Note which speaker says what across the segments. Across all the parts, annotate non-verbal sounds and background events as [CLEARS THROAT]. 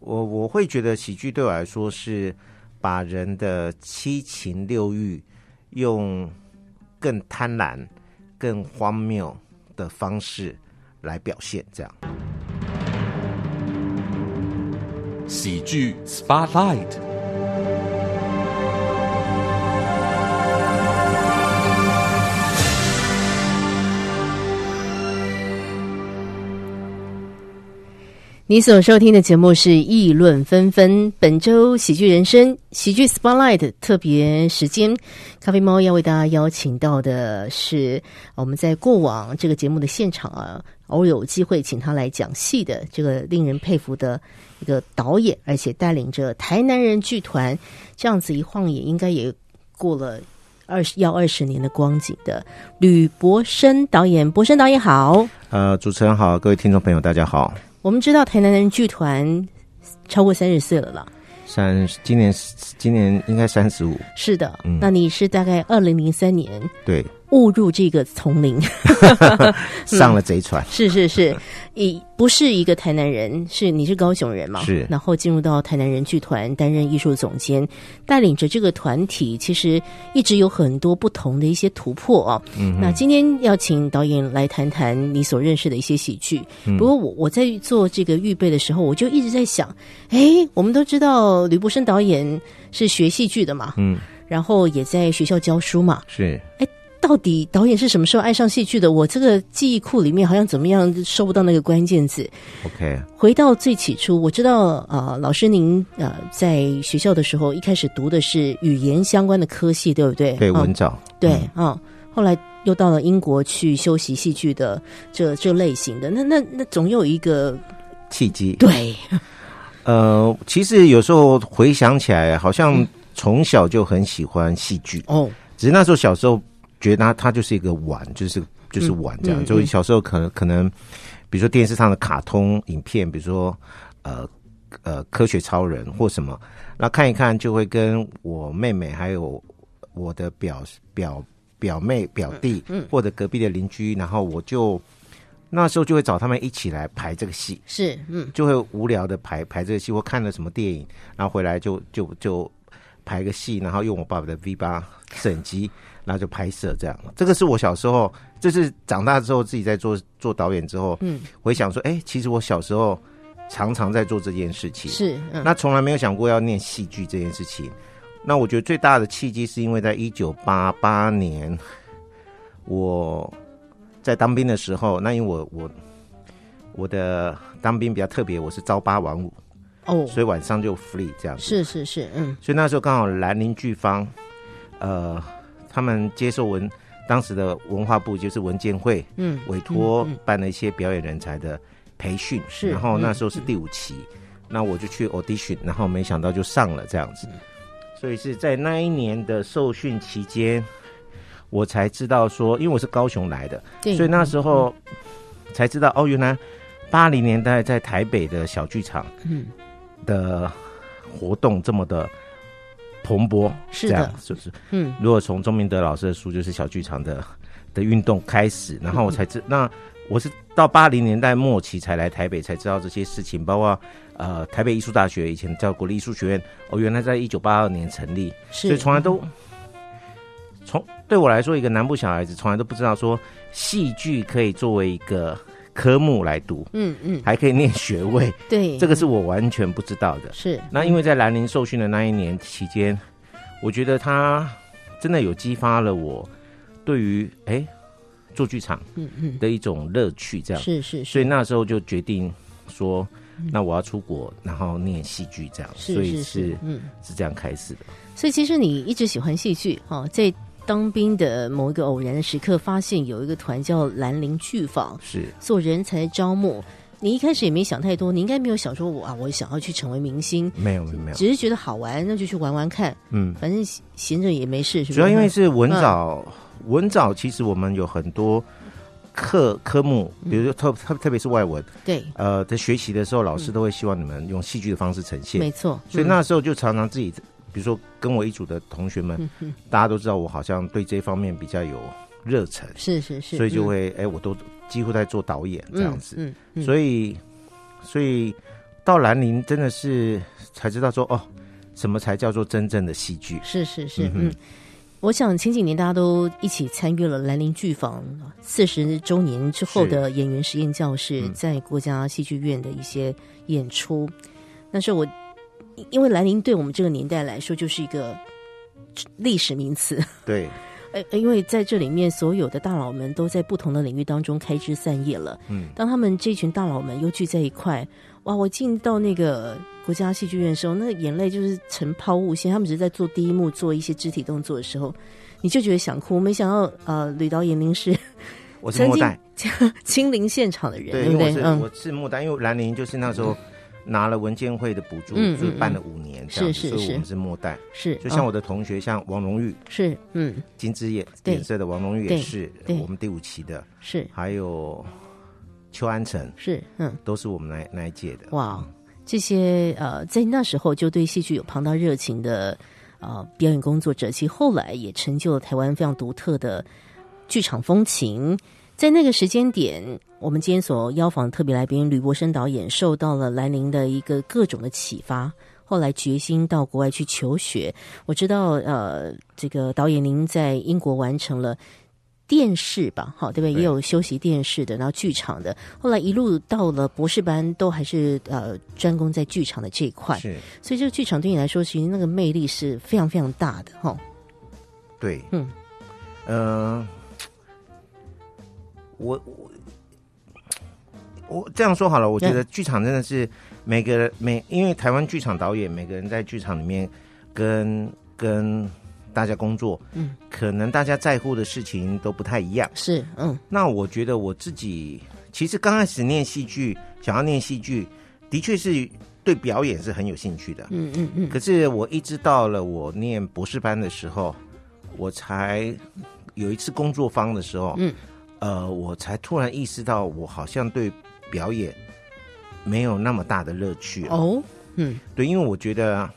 Speaker 1: 我我会觉得喜剧对我来说是把人的七情六欲用更贪婪、更荒谬的方式来表现，这样。
Speaker 2: 喜剧 Spotlight。
Speaker 3: 你所收听的节目是《议论纷纷》，本周喜剧人生喜剧 Spotlight 特别时间，咖啡猫要为大家邀请到的是我们在过往这个节目的现场啊，偶有机会请他来讲戏的这个令人佩服的一个导演，而且带领着台南人剧团，这样子一晃眼应该也过了二十要二十年的光景的吕博生导演，博生导演好。
Speaker 1: 呃，主持人好，各位听众朋友，大家好。
Speaker 3: 我们知道台南人剧团超过三十岁了啦，
Speaker 1: 三，今年今年应该三十五，
Speaker 3: 是的，那你是大概二零零三年
Speaker 1: 对，
Speaker 3: 误入这个丛林，
Speaker 1: 上了贼船。
Speaker 3: 是是是，以不是一个台南人，是你是高雄人嘛？
Speaker 1: 是
Speaker 3: 然后进入到台南人剧团担任艺术总监，带领着这个团体，其实一直有很多不同的一些突破啊。嗯、那今天要请导演来谈谈你所认识的一些喜剧。
Speaker 1: 嗯
Speaker 3: 不过我我在做这个预备的时候，我就一直在想，哎，我们都知道吕博生导演是学戏剧的嘛，
Speaker 1: 嗯，
Speaker 3: 然后也在学校教书嘛，
Speaker 1: 是
Speaker 3: 到底导演是什么时候爱上戏剧的？我这个记忆库里面好像怎么样收不到那个关键字。
Speaker 1: OK，
Speaker 3: 回到最起初，我知道啊、呃老师您呃在学校的时候一开始读的是语言相关的科系，对不对？
Speaker 1: 对，
Speaker 3: 啊
Speaker 1: 文藻，
Speaker 3: 对
Speaker 1: 嗯
Speaker 3: 啊、后来又到了英国去修习戏剧的这这类型的，那那那总有一个
Speaker 1: 契机。
Speaker 3: 哦对，
Speaker 1: 呃，其实有时候回想起来，好像从小就很喜欢戏剧，
Speaker 3: 哦，
Speaker 1: 只是那时候小时候觉得它它就是一个玩，就是就是玩这样。
Speaker 3: 嗯嗯
Speaker 1: 就小时候可能可能，比如说电视上的卡通影片，比如说呃呃科学超人或什么，那看一看就会跟我妹妹还有我的表表表妹表弟、
Speaker 3: 嗯
Speaker 1: 或者隔壁的邻居，然后我就那时候就会找他们一起来排这个戏。
Speaker 3: 是嗯
Speaker 1: 就会无聊的排排这个戏，或看了什么电影，然后回来就就就排个戏，然后用我爸爸的 V 八摄影机，然后就拍摄这样。这个是我小时候，这是长大之后自己在做做导演之后，
Speaker 3: 嗯
Speaker 1: 回想说，哎，其实我小时候常常在做这件事情，
Speaker 3: 是嗯 [LAUGHS]
Speaker 1: 那从来没有想过要念戏剧这件事情。那我觉得最大的契机是因为在一九八八年，我在当兵的时候，那因为我我我的当兵比较特别，我是朝八晚五，
Speaker 3: 哦
Speaker 1: 所以晚上就 free 这样子。
Speaker 3: 是是是嗯
Speaker 1: 所以那时候刚好兰陵剧方，呃，他们接受文当时的文化部就是文建会
Speaker 3: 嗯
Speaker 1: 委托
Speaker 3: 嗯嗯
Speaker 1: 办了一些表演人才的培训，
Speaker 3: 是
Speaker 1: 然后那
Speaker 3: 嗯
Speaker 1: 时候是第五期，那我就去 audition，然后没想到就上了这样子，
Speaker 3: 嗯
Speaker 1: 所以是在那一年的受训期间，我才知道说，因为我是高雄来的，
Speaker 3: 对，嗯
Speaker 1: 所以那时候才知道哦，原来八零年代在台北的小剧场
Speaker 3: 嗯
Speaker 1: 的活动这么的蓬勃，
Speaker 3: 是
Speaker 1: 这
Speaker 3: 的
Speaker 1: 样是不是？
Speaker 3: 嗯
Speaker 1: 如果从钟明德老师的书，就是小剧场的的运动开始，然后我才知， [LAUGHS] 那我是到八零年代末期才来台北，才知道这些事情，包括呃台北艺术大学以前叫国立艺术学院，哦，原来在一九八二年成立，所
Speaker 3: 是
Speaker 1: 以从来都从对我来说，一个南部小孩子从来都不知道说戏剧可以作为一个科目来读，
Speaker 3: 嗯嗯
Speaker 1: 还可以念学位，
Speaker 3: 对
Speaker 1: 这个是我完全不知道的。
Speaker 3: 是
Speaker 1: 那因为在兰陵受训的那一年期间，我觉得他真的有激发了我对于哎、诶做剧场
Speaker 3: 嗯嗯
Speaker 1: 的一种乐趣，这样，
Speaker 3: 是是是
Speaker 1: 所以那时候就决定说，那我要出国，然后念戏剧这样，所
Speaker 3: 是
Speaker 1: 以
Speaker 3: 是
Speaker 1: 是
Speaker 3: 是嗯。
Speaker 1: 是这样开始的。
Speaker 3: 所以其实你一直喜欢戏剧哦，在当兵的某一个偶然的时刻，发现有一个团叫兰陵剧坊
Speaker 1: 是
Speaker 3: 做人才招募。你一开始也没想太多，你应该没有想说我啊，我想要去成为明星，
Speaker 1: 没有没有没有，
Speaker 3: 只是觉得好玩，那就去玩玩看，
Speaker 1: 嗯，
Speaker 3: 反正闲闲着也没事，是不是？
Speaker 1: 主要因为是文
Speaker 3: 嗯
Speaker 1: 藻，文藻其实我们有很多课科目，
Speaker 3: 嗯
Speaker 1: 比如说特特特别是外文，
Speaker 3: 对，
Speaker 1: 呃，在学习的时候，老师
Speaker 3: 嗯
Speaker 1: 都会希望你们用戏剧的方式呈现。
Speaker 3: 没错，
Speaker 1: 所以
Speaker 3: 嗯
Speaker 1: 那时候就常常自己，比如说跟我一组的同学
Speaker 3: 嗯
Speaker 1: 们，大家都知道我好像对这方面比较有热忱，
Speaker 3: 是是是，嗯
Speaker 1: 所以就会哎、我都几乎在做导演这样子，
Speaker 3: 嗯，嗯嗯
Speaker 1: 所以所以到兰陵真的是才知道说哦，什么才叫做真正的戏剧？
Speaker 3: 是是是，嗯。我想前几年大家都一起参与了兰陵剧坊四十周年之后的演员实验教室在国家戏剧院的一些演出，但是我因为兰陵对我们这个年代来说就是一个历史名词，
Speaker 1: 对，
Speaker 3: 呃，因为在这里面，所有的大佬们都在不同的领域当中开枝散叶了。
Speaker 1: 嗯，
Speaker 3: 当他们这群大佬们又聚在一块，哇！我进到那个国家戏剧院的时候，那个眼泪就是成抛物线。他们只是在做第一幕，做一些肢体动作的时候，你就觉得想哭。没想到，呃，吕导演您是 [LAUGHS]
Speaker 1: 我是
Speaker 3: 曾
Speaker 1: 末
Speaker 3: 经
Speaker 1: 代，
Speaker 3: 亲临现场的人，对
Speaker 1: 因
Speaker 3: 不
Speaker 1: 为我
Speaker 3: 对？
Speaker 1: 是、
Speaker 3: 嗯，
Speaker 1: 我是末代，因为兰陵就是那时候拿了文建会的补助，
Speaker 3: 嗯
Speaker 1: 就是办了五年这样子，
Speaker 3: 是是
Speaker 1: 所以
Speaker 3: 是
Speaker 1: 我们是末代。
Speaker 3: 是，
Speaker 1: 就像
Speaker 3: 嗯
Speaker 1: 我的同学，像王荣玉，
Speaker 3: 是，嗯，
Speaker 1: 金枝演
Speaker 3: 对
Speaker 1: 演色的王荣玉
Speaker 3: 对
Speaker 1: 也是
Speaker 3: 对
Speaker 1: 我们第五期的，
Speaker 3: 是
Speaker 1: 还有邱安成，
Speaker 3: 是，嗯，
Speaker 1: 都是我们那那一届的。
Speaker 3: 哇！这些呃，在那时候就对戏剧有庞大热情的呃表演工作者，其实后来也成就了台湾非常独特的剧场风情。在那个时间点，我们今天所邀访的特别来宾吕博生导演受到了兰陵的一个各种的启发，后来决心到国外去求学。我知道，呃，这个导演您在英国完成了电视吧，好对不对？
Speaker 1: 对
Speaker 3: 也有修习电视的，然后剧场的，后来一路到了博士班，都还是呃专攻在剧场的这一块。
Speaker 1: 是，
Speaker 3: 所以这个剧场对你来说，其实那个魅力是非常非常大的哈。
Speaker 1: 对，
Speaker 3: 嗯，
Speaker 1: 呃，我我我这样说好了，我觉得剧场真的是每个人每因为台湾剧场导演每个人在剧场里面跟跟大家工作，
Speaker 3: 嗯，
Speaker 1: 可能大家在乎的事情都不太一样。
Speaker 3: 是，嗯，
Speaker 1: 那我觉得我自己其实刚开始念戏剧，想要念戏剧，的确是对表演是很有兴趣的，
Speaker 3: 嗯嗯嗯，
Speaker 1: 可是我一直到了我念博士班的时候，我才有一次工作坊的时候，
Speaker 3: 嗯，
Speaker 1: 呃，我才突然意识到，我好像对表演没有那么大的乐趣了。
Speaker 3: 哦，嗯
Speaker 1: 对，因为我觉得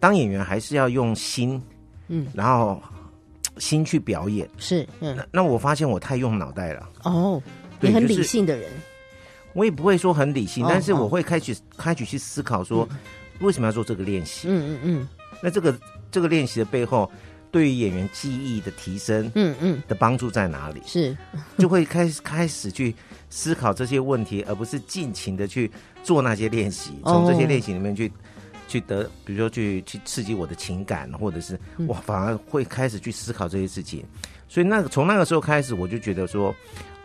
Speaker 1: 当演员还是要用心，
Speaker 3: 嗯，
Speaker 1: 然后嘖心去表演。
Speaker 3: 是，嗯，
Speaker 1: 那我发现我太用脑袋了，
Speaker 3: 哦，你
Speaker 1: 对
Speaker 3: 很
Speaker 1: 就是
Speaker 3: 理性的人，
Speaker 1: 我也不会说很理性，
Speaker 3: 哦
Speaker 1: 但是
Speaker 3: 哦嗯
Speaker 1: 我会开始开始去思考说，为什么要做这个练习？
Speaker 3: 嗯嗯嗯
Speaker 1: 那这个这个练习的背后，对于演员记忆的提升
Speaker 3: 嗯嗯，？
Speaker 1: 的帮助在哪里
Speaker 3: 是，
Speaker 1: 就会开始开始去思考这些问题，而不是尽情的去做那些练习，
Speaker 3: 哦
Speaker 1: 从这些练习里面去。去得，比如说去去刺激我的情感，或者是
Speaker 3: 嗯
Speaker 1: 我反而会开始去思考这些事情，所以那个从那个时候开始，我就觉得说，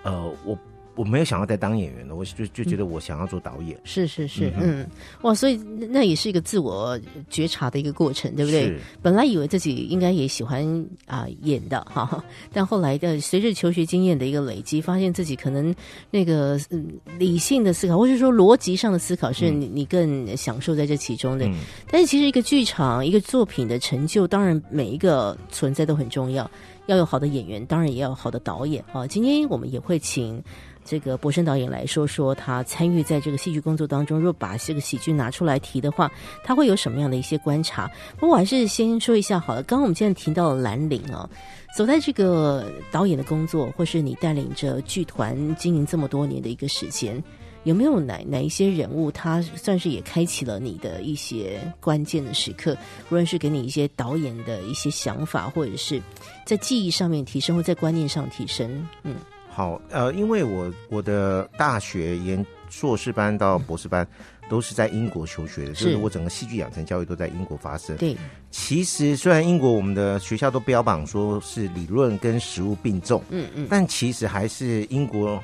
Speaker 1: 呃，我我没有想要再当演员了，我就就觉得
Speaker 3: 嗯
Speaker 1: 我想要做导演，
Speaker 3: 是是是，嗯，哇，所以那那也是一个自我觉察的一个过程，对不对？
Speaker 1: 是？
Speaker 3: 本来以为自己应该也喜欢啊、演的哈， [LAUGHS] 但后来的随着求学经验的一个累积，发现自己可能那个、嗯、理性的思考，或者说逻辑上的思考，是你、你更享受在这其中的。
Speaker 1: 嗯
Speaker 3: 但是其实一个剧场一个作品的成就，当然每一个存在都很重要，要有好的演员，当然也要有好的导演啊。今天我们也会请。这个博生导演来说说他参与在这个戏剧工作当中，若把这个喜剧拿出来提的话，他会有什么样的一些观察？不过我还是先说一下好了。刚刚我们现在提到了兰陵啊，走在这个导演的工作，或是你带领着剧团经营这么多年的一个时间，有没有哪哪一些人物，他算是也开启了你的一些关键的时刻？无论是给你一些导演的一些想法，或者是在记忆上面提升，或在观念上提升，嗯，
Speaker 1: 好，呃，因为我我的大学研硕士班到博士班都是在英国求学的，
Speaker 3: 是
Speaker 1: 就是我整个戏剧养成教育都在英国发生。
Speaker 3: 对，
Speaker 1: 其实虽然英国我们的学校都标榜说是理论跟实务并重，
Speaker 3: 嗯嗯，
Speaker 1: 但其实还是英国。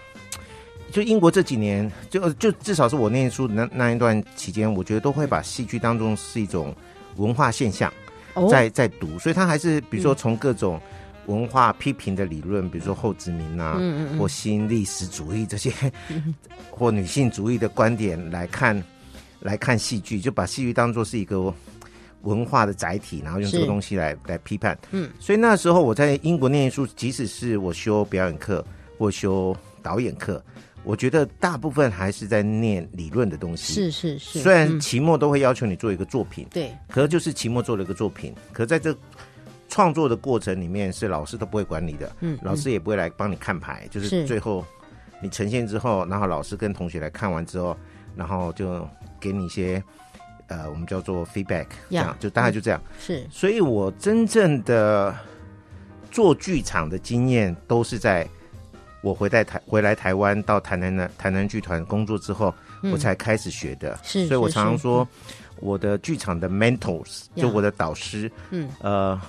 Speaker 1: 就英国这几年，就就至少是我念书的那那一段期间，我觉得都会把戏剧当中是一种文化现象。
Speaker 3: 哦，嗯
Speaker 1: 在在读，所以他还是比如说从各种文化批评的理论，比如说后殖民啊，
Speaker 3: 嗯嗯嗯
Speaker 1: 或新历史主义这些， [LAUGHS] 或女性主义的观点来看来看戏剧，就把戏剧当做是一个文化的载体，然后用
Speaker 3: 是
Speaker 1: 这个东西来来批判。
Speaker 3: 嗯，
Speaker 1: 所以那时候我在英国念书，即使是我修表演课或修导演课，我觉得大部分还是在念理论的东西。
Speaker 3: 是是是，
Speaker 1: 虽然
Speaker 3: 嗯
Speaker 1: 期末都会要求你做一个作品。
Speaker 3: 对，
Speaker 1: 可是就是期末做了一个作品，可在这创作的过程里面，是老师都不会管你的，
Speaker 3: 嗯，
Speaker 1: 老师也不会来帮你看牌，就是是最后你呈现之后，然后老师跟同学来看完之后，然后就给你一些呃，我们叫做 feedback，这
Speaker 3: Yeah
Speaker 1: 样就大概就这样。
Speaker 3: 是
Speaker 1: 所以我真正的做剧场的经验，都是在我回在台回来台湾到台南的台南剧团工作之后，
Speaker 3: 嗯
Speaker 1: 我才开始学的。
Speaker 3: 是
Speaker 1: 所以我
Speaker 3: 是
Speaker 1: 常常
Speaker 3: 是
Speaker 1: 说，我的剧场的 mentors 就
Speaker 3: 呀
Speaker 1: 我的导师，
Speaker 3: 嗯，
Speaker 1: 呃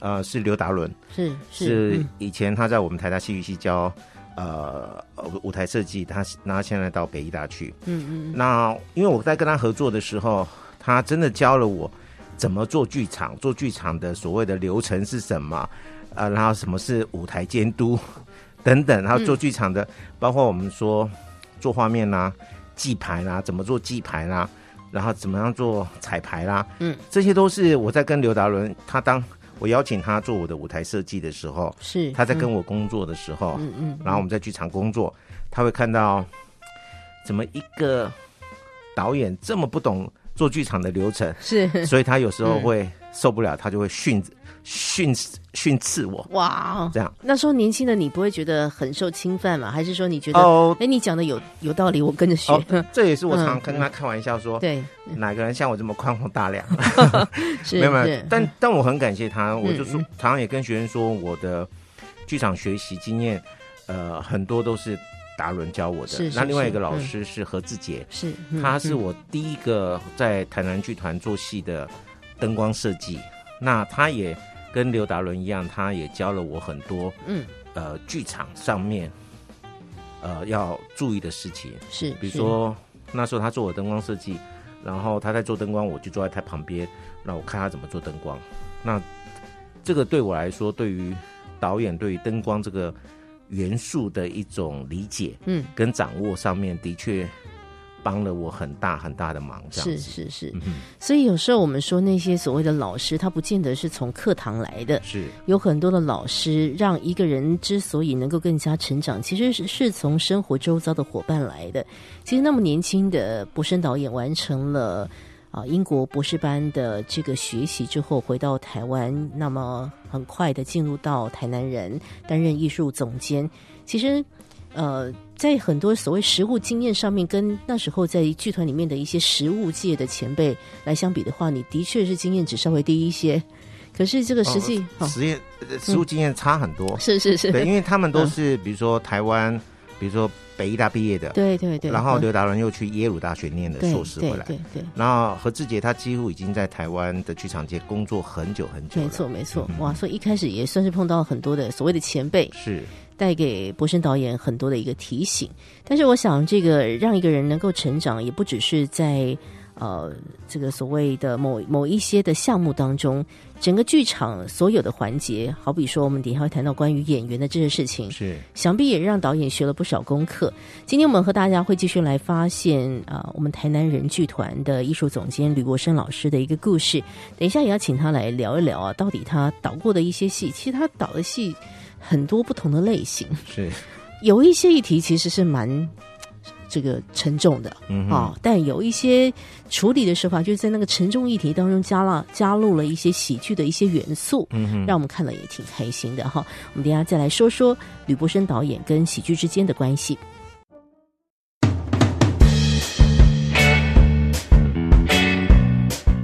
Speaker 1: 呃，是刘达伦，
Speaker 3: 是
Speaker 1: 是
Speaker 3: 嗯
Speaker 1: 以前他在我们台大戏剧系教呃呃舞台设计，他那现在到北医大去。
Speaker 3: 嗯嗯
Speaker 1: 那因为我在跟他合作的时候，他真的教了我怎么做剧场，做剧场的所谓的流程是什么，呃，然后什么是舞台监督 [LAUGHS] 等等，
Speaker 3: 嗯
Speaker 1: 然后做剧场的，包括我们说做画面啦、啊记牌啦、怎么做记牌啦、然后怎么样做彩排啦、
Speaker 3: 嗯，
Speaker 1: 这些都是我在跟刘达伦，他当我邀请他做我的舞台设计的时候，
Speaker 3: 是
Speaker 1: 他在跟我工作的时候，
Speaker 3: 嗯嗯，
Speaker 1: 然后我们在剧场工作，他会看到怎么一个导演这么不懂做剧场的流程
Speaker 3: 是嗯
Speaker 1: 所以他有时候会受不了，他就会训训训斥我
Speaker 3: 哇，
Speaker 1: 这样。
Speaker 3: 那时候年轻的你不会觉得很受侵犯吗？还是说你觉得
Speaker 1: 哦
Speaker 3: 哎，你讲的有有道理，我跟着学？ [LAUGHS]
Speaker 1: 哦，这也是我常常
Speaker 3: 嗯
Speaker 1: 跟他开玩笑说，
Speaker 3: 对，
Speaker 1: 哪个人像我这么宽宏大量？
Speaker 3: 是
Speaker 1: 没有没有
Speaker 3: 是，
Speaker 1: 但但我很感谢他，
Speaker 3: 嗯
Speaker 1: 我就说，常常也跟学生说，我的剧场学习经验，呃，很多都是达伦教我的
Speaker 3: 是。是
Speaker 1: 那另外一个
Speaker 3: 是
Speaker 1: 老
Speaker 3: 嗯
Speaker 1: 师是何志杰，
Speaker 3: 是嗯
Speaker 1: 他是我第一个在台南剧团做戏的灯光设计。那他也跟刘达伦一样，他也教了我很多
Speaker 3: 嗯
Speaker 1: 呃剧场上面呃要注意的事情，
Speaker 3: 嗯是，
Speaker 1: 比如
Speaker 3: 是
Speaker 1: 说那时候他做我灯光设计，然后他在做灯光，我就坐在他旁边，那我看他怎么做灯光。那这个对我来说，对于导演对于灯光这个元素的一种理解，
Speaker 3: 嗯。
Speaker 1: 跟掌握上面的确帮了我很大很大的忙，这样
Speaker 3: 是
Speaker 1: 子。
Speaker 3: 是是
Speaker 1: 嗯，哼
Speaker 3: 所以有时候我们说那些所谓的老师，他不见得是从课堂来的，
Speaker 1: 是
Speaker 3: 有很多的老师让一个人之所以能够更加成长，其实是是从生活周遭的伙伴来的。其实那么年轻的博生导演完成了啊英国博士班的这个学习之后，回到台湾，那么很快的进入到台南人担任艺术总监。其实，呃，在很多所谓实务经验上面，跟那时候在剧团里面的一些实务界的前辈来相比的话，你的确是经验值稍微低一些。可是这个实际，哦
Speaker 1: 实验呃实务经验差很多，
Speaker 3: 是是是，
Speaker 1: 对，因为他们都
Speaker 3: 嗯
Speaker 1: 是比如说台湾，比如说北医大毕业的，
Speaker 3: 对对对，
Speaker 1: 然后
Speaker 3: 嗯
Speaker 1: 刘达伦又去耶鲁大学念了
Speaker 3: 对
Speaker 1: 硕士
Speaker 3: 对
Speaker 1: 回来。
Speaker 3: 对对，
Speaker 1: 然后何志杰他几乎已经在台湾的剧场界工作很久很久了，
Speaker 3: 没错没
Speaker 1: 嗯
Speaker 3: 错，哇，所以一开始也算是碰到很多的所谓的前辈，
Speaker 1: 是
Speaker 3: 带给博生导演很多的一个提醒。但是我想，这个让一个人能够成长，也不只是在呃这个所谓的某某一些的项目当中，整个剧场所有的环节，好比说我们等一下会谈到关于演员的这些事情，
Speaker 1: 是
Speaker 3: 想必也让导演学了不少功课。今天我们和大家会继续来发现啊、呃我们台南人剧团的艺术总监吕国生老师的一个故事。等一下也要请他来聊一聊啊，到底他导过的一些戏，其实他导的戏很多不同的类型，
Speaker 1: 是，
Speaker 3: 有一些议题其实是蛮。这个沉重的
Speaker 1: 嗯哼
Speaker 3: 哦，但有一些处理的手法，就是在那个沉重议题当中加了加入了一些喜剧的一些元素。
Speaker 1: 嗯哼，
Speaker 3: 让我们看了也挺开心的哈。我们等一下再来说说吕博生导演跟喜剧之间的关系。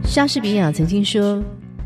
Speaker 3: 莎士比亚曾经说，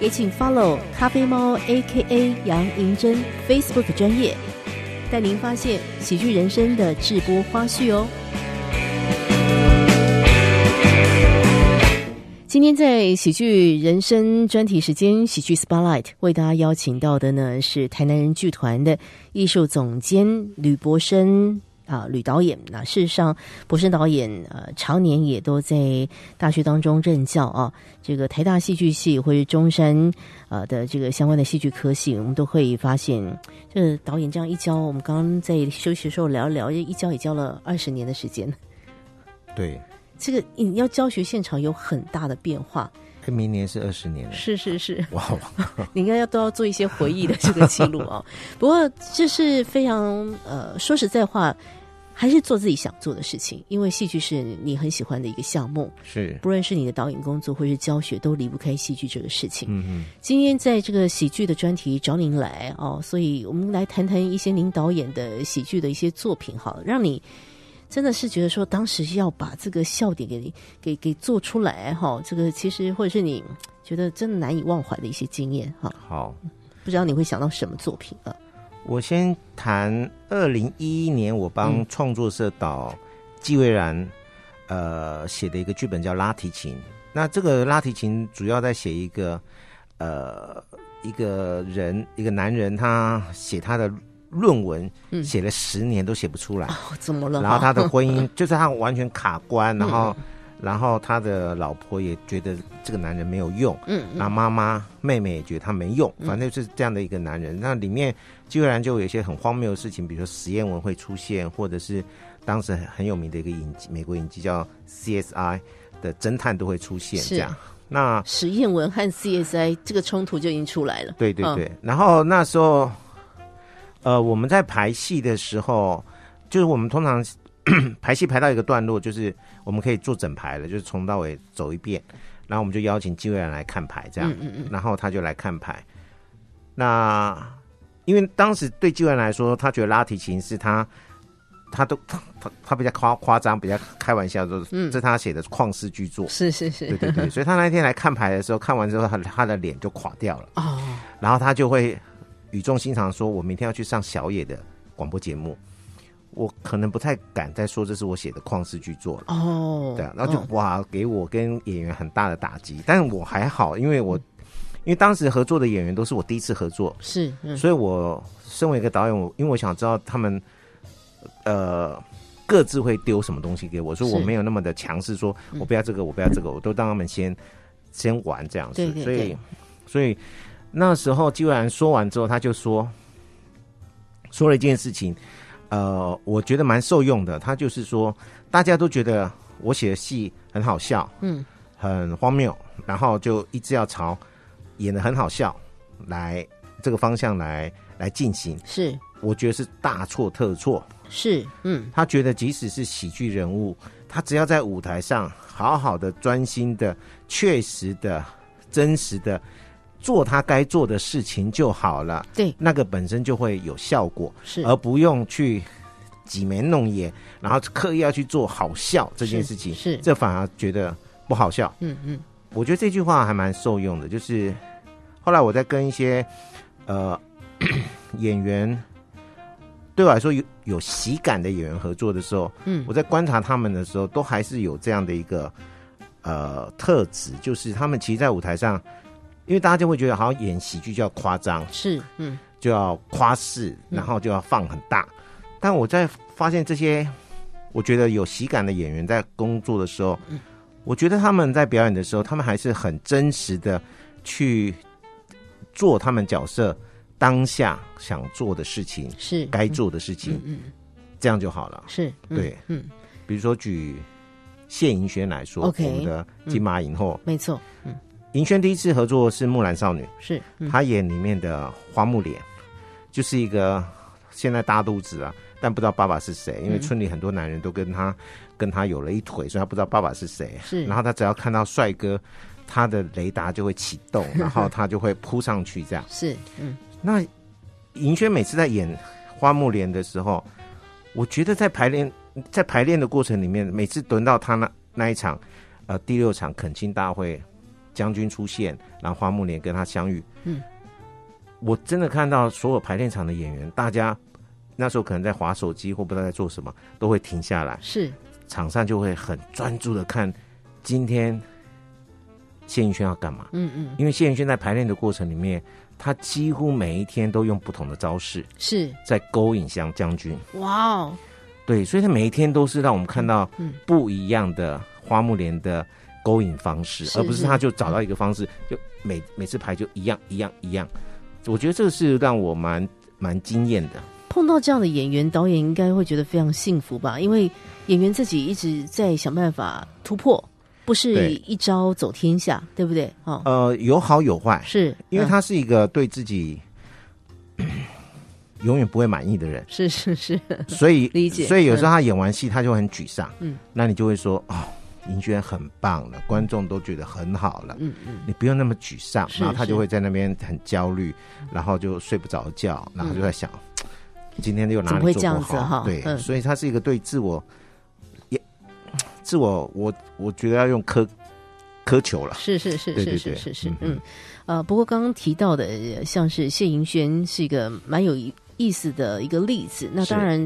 Speaker 3: 也请 follow 咖啡猫 A.K.A 杨银珍 Facebook 专业，带您发现喜剧人生的直播花絮哦。今天在喜剧人生专题时间，喜剧 Spotlight 为大家邀请到的呢是台南人剧团的艺术总监吕博生啊、吕导演。那、事实上，博生导演呃常年也都在大学当中任教啊，这个台大戏剧系或是中山呃的这个相关的戏剧科系，我们都会发现，这导演这样一教，我们刚刚在休息的时候聊一聊，一教也教了二十年的时间。
Speaker 1: 对，
Speaker 3: 这个你要教学现场有很大的变化，
Speaker 1: 哎明年是二十年了，
Speaker 3: 是是是。
Speaker 1: 哇，
Speaker 3: [LAUGHS] 你应该要都要做一些回忆的这个记录 [LAUGHS] 哦。不过这是非常呃，说实在话，还是做自己想做的事情，因为戏剧是你很喜欢的一个项目，
Speaker 1: 是，
Speaker 3: 不论是你的导演工作或是教学，都离不开戏剧这个事情。
Speaker 1: 嗯嗯，
Speaker 3: 今天在这个喜剧的专题找您来哦，所以我们来谈谈一些您导演的喜剧的一些作品哈，让你真的是觉得说当时要把这个笑点给你给给做出来哈、这个其实或者是你嗯觉得真的难以忘怀的一些经验哈、
Speaker 1: 好，
Speaker 3: 不知道你会想到什么作品啊？
Speaker 1: 我先谈二零一一年我帮创作社导纪蔚然呃写的一个剧本叫《拉提琴》。那这个拉提琴主要在写一个呃一个人一个男人他写他的论文，
Speaker 3: 嗯
Speaker 1: 写了十年都写不出来，
Speaker 3: 哦，怎么了？嗯
Speaker 1: 然后他的婚姻就是他完全卡关，然后然后他的老婆也觉得这个男人没有用，
Speaker 3: 嗯
Speaker 1: 那妈妈、妹妹也觉得他没用，反正就是这样的一个男人。那里面既然就有一些很荒谬的事情，比如说实验文会出现，或者是当时很有名的一个影集，美国影集叫 CSI 的侦探都会出现
Speaker 3: 是
Speaker 1: 这样。那
Speaker 3: 实验文和 CSI 这个冲突就已经出来了。
Speaker 1: 对对
Speaker 3: 嗯
Speaker 1: 对，然后那时候，呃，我们在排戏的时候，就是我们通常 [COUGHS] 排戏排到一个段落，就是我们可以做整排了，就是从到尾走一遍，然后我们就邀请纪委人来看牌，这样，
Speaker 3: 嗯嗯
Speaker 1: 然后他就来看牌。那因为当时对纪委人来说，他觉得拉提琴是他。他都他他他比较夸夸张，比较开玩笑，就是、
Speaker 3: 嗯
Speaker 1: 这是他写的旷世巨作
Speaker 3: 嗯，，是是是，
Speaker 1: 对对对，所以他那天来看牌的时候，看完之后，他他的脸就垮掉了。
Speaker 3: 哦，
Speaker 1: 然后他就会语重心长地说：“我明天要去上小野的广播节目，我可能不太敢再说这是我写的旷世巨作了。”
Speaker 3: 哦，
Speaker 1: 对啊，然后就、
Speaker 3: 嗯
Speaker 1: 哇，给我跟演员很大的打击，但我还好，因为
Speaker 3: 嗯
Speaker 1: 我因为当时合作的演员都是我第一次合作，
Speaker 3: 是嗯
Speaker 1: 所以我身为一个导演，我因为我想知道他们呃各自会丢什么东西给我，所以
Speaker 3: 是嗯
Speaker 1: 我没有那么的强势，说我不要这个，我不要这个，我都让他们先先玩这样子。
Speaker 3: 对对
Speaker 1: 所以
Speaker 3: 对
Speaker 1: 所以那时候纪然说完之后，他就说说了一件事情，呃，我觉得蛮受用的。他就是说，大家都觉得我写的戏很好笑，
Speaker 3: 嗯，
Speaker 1: 很荒谬，然后就一直要朝演的很好笑来这个方向来来进行，
Speaker 3: 是
Speaker 1: 我觉得是大错特错。
Speaker 3: 是嗯
Speaker 1: 他觉得即使是喜剧人物，他只要在舞台上好好的、专心的、确实的、真实的做他该做的事情就好了，
Speaker 3: 对
Speaker 1: 那个本身就会有效果，
Speaker 3: 是
Speaker 1: 而不用去挤眉弄眼，然后刻意要去做好笑这件事情，
Speaker 3: 是是
Speaker 1: 这反而觉得不好笑。
Speaker 3: 嗯嗯
Speaker 1: 我觉得这句话还蛮受用的，就是后来我在跟一些呃 [CLEARS THROAT] 演员，对我来说有有喜感的演员合作的时候，
Speaker 3: 嗯
Speaker 1: 我在观察他们的时候，都还是有这样的一个呃特质，就是他们其实，在舞台上，因为大家就会觉得好像演喜剧就要夸张，
Speaker 3: 是嗯
Speaker 1: 就要夸饰，
Speaker 3: 嗯
Speaker 1: 然后就要放很大。但我在发现这些我觉得有喜感的演员在工作的时候，
Speaker 3: 嗯
Speaker 1: 我觉得他们在表演的时候，他们还是很真实的去做他们角色当下想做的事情、
Speaker 3: 是
Speaker 1: 该做的事情，
Speaker 3: 嗯嗯
Speaker 1: 这样就好了。
Speaker 3: 是嗯
Speaker 1: 对
Speaker 3: 嗯
Speaker 1: 比如说举谢盈萱来说
Speaker 3: OK，嗯
Speaker 1: 我们的金马影后，
Speaker 3: 没错嗯
Speaker 1: 盈萱第一次合作是《木兰少女》，
Speaker 3: 是嗯
Speaker 1: 她演里面的花木莲，就是一个现在大肚子啊，但不知道爸爸是谁，因为
Speaker 3: 嗯
Speaker 1: 村里很多男人都跟她跟她有了一腿，所以她不知道爸爸是谁。
Speaker 3: 是
Speaker 1: 然后她只要看到帅哥，她的雷达就会启
Speaker 3: [LAUGHS]
Speaker 1: 动，然后她就会扑上去这样。
Speaker 3: 是嗯
Speaker 1: 那银轩每次在演花木莲的时候，我觉得在排练在排练的过程里面，每次轮到他那那一场，呃，第六场恳亲大会，将军出现，然后花木莲跟他相遇，
Speaker 3: 嗯，
Speaker 1: 我真的看到所有排练场的演员，大家那时候可能在划手机或不知道在做什么，都会停下来，
Speaker 3: 是
Speaker 1: 场上就会很专注的看今天谢盈萱要干嘛。
Speaker 3: 嗯嗯
Speaker 1: 因为谢盈萱在排练的过程里面，她几乎每一天都用不同的招式
Speaker 3: 是
Speaker 1: 在勾引向将军。
Speaker 3: 哇哦
Speaker 1: 对，所以她每一天都是让我们看到
Speaker 3: 嗯
Speaker 1: 不一样的花木莲的勾引方式，
Speaker 3: 是
Speaker 1: 而不是
Speaker 3: 是
Speaker 1: 她就找到一个方式，就每每次排就一样一样一样。我觉得这个是让我蛮蛮惊艳的。
Speaker 3: 碰到这样的演员，导演应该会觉得非常幸福吧？因为演员自己一直在想办法突破，不是
Speaker 1: 对
Speaker 3: 一招走天下，对不对？哦，
Speaker 1: 呃，有好有坏，
Speaker 3: 是，
Speaker 1: 因为
Speaker 3: 嗯
Speaker 1: 他是一个对自己、 [CLEARS THROAT] 永远不会满意的人，
Speaker 3: 是是是，
Speaker 1: 所以
Speaker 3: 理解
Speaker 1: 所以有时候他演完戏，他就很沮丧。
Speaker 3: 嗯，
Speaker 1: 那你就会说哦，银娟很棒了，观众都觉得很好了，
Speaker 3: 嗯嗯，
Speaker 1: 你不用那么沮丧。
Speaker 3: 是
Speaker 1: 然后他
Speaker 3: 是嗯
Speaker 1: 就会在那边很焦虑，然后就睡不着觉，然后就在想、今天又哪
Speaker 3: 怎么会
Speaker 1: 里做
Speaker 3: 这
Speaker 1: 不
Speaker 3: 样子
Speaker 1: 好？
Speaker 3: 哈
Speaker 1: 对，
Speaker 3: 嗯
Speaker 1: 所以他是一个对自我也自我，我我觉得要用苛苛求了。
Speaker 3: 是是是
Speaker 1: 对
Speaker 3: 是
Speaker 1: 对
Speaker 3: 是
Speaker 1: 对
Speaker 3: 是是
Speaker 1: 嗯，
Speaker 3: 嗯，呃，不过刚刚提到的，呃像是谢盈萱是一个蛮有意思的一个例子。那
Speaker 1: 是
Speaker 3: 当然，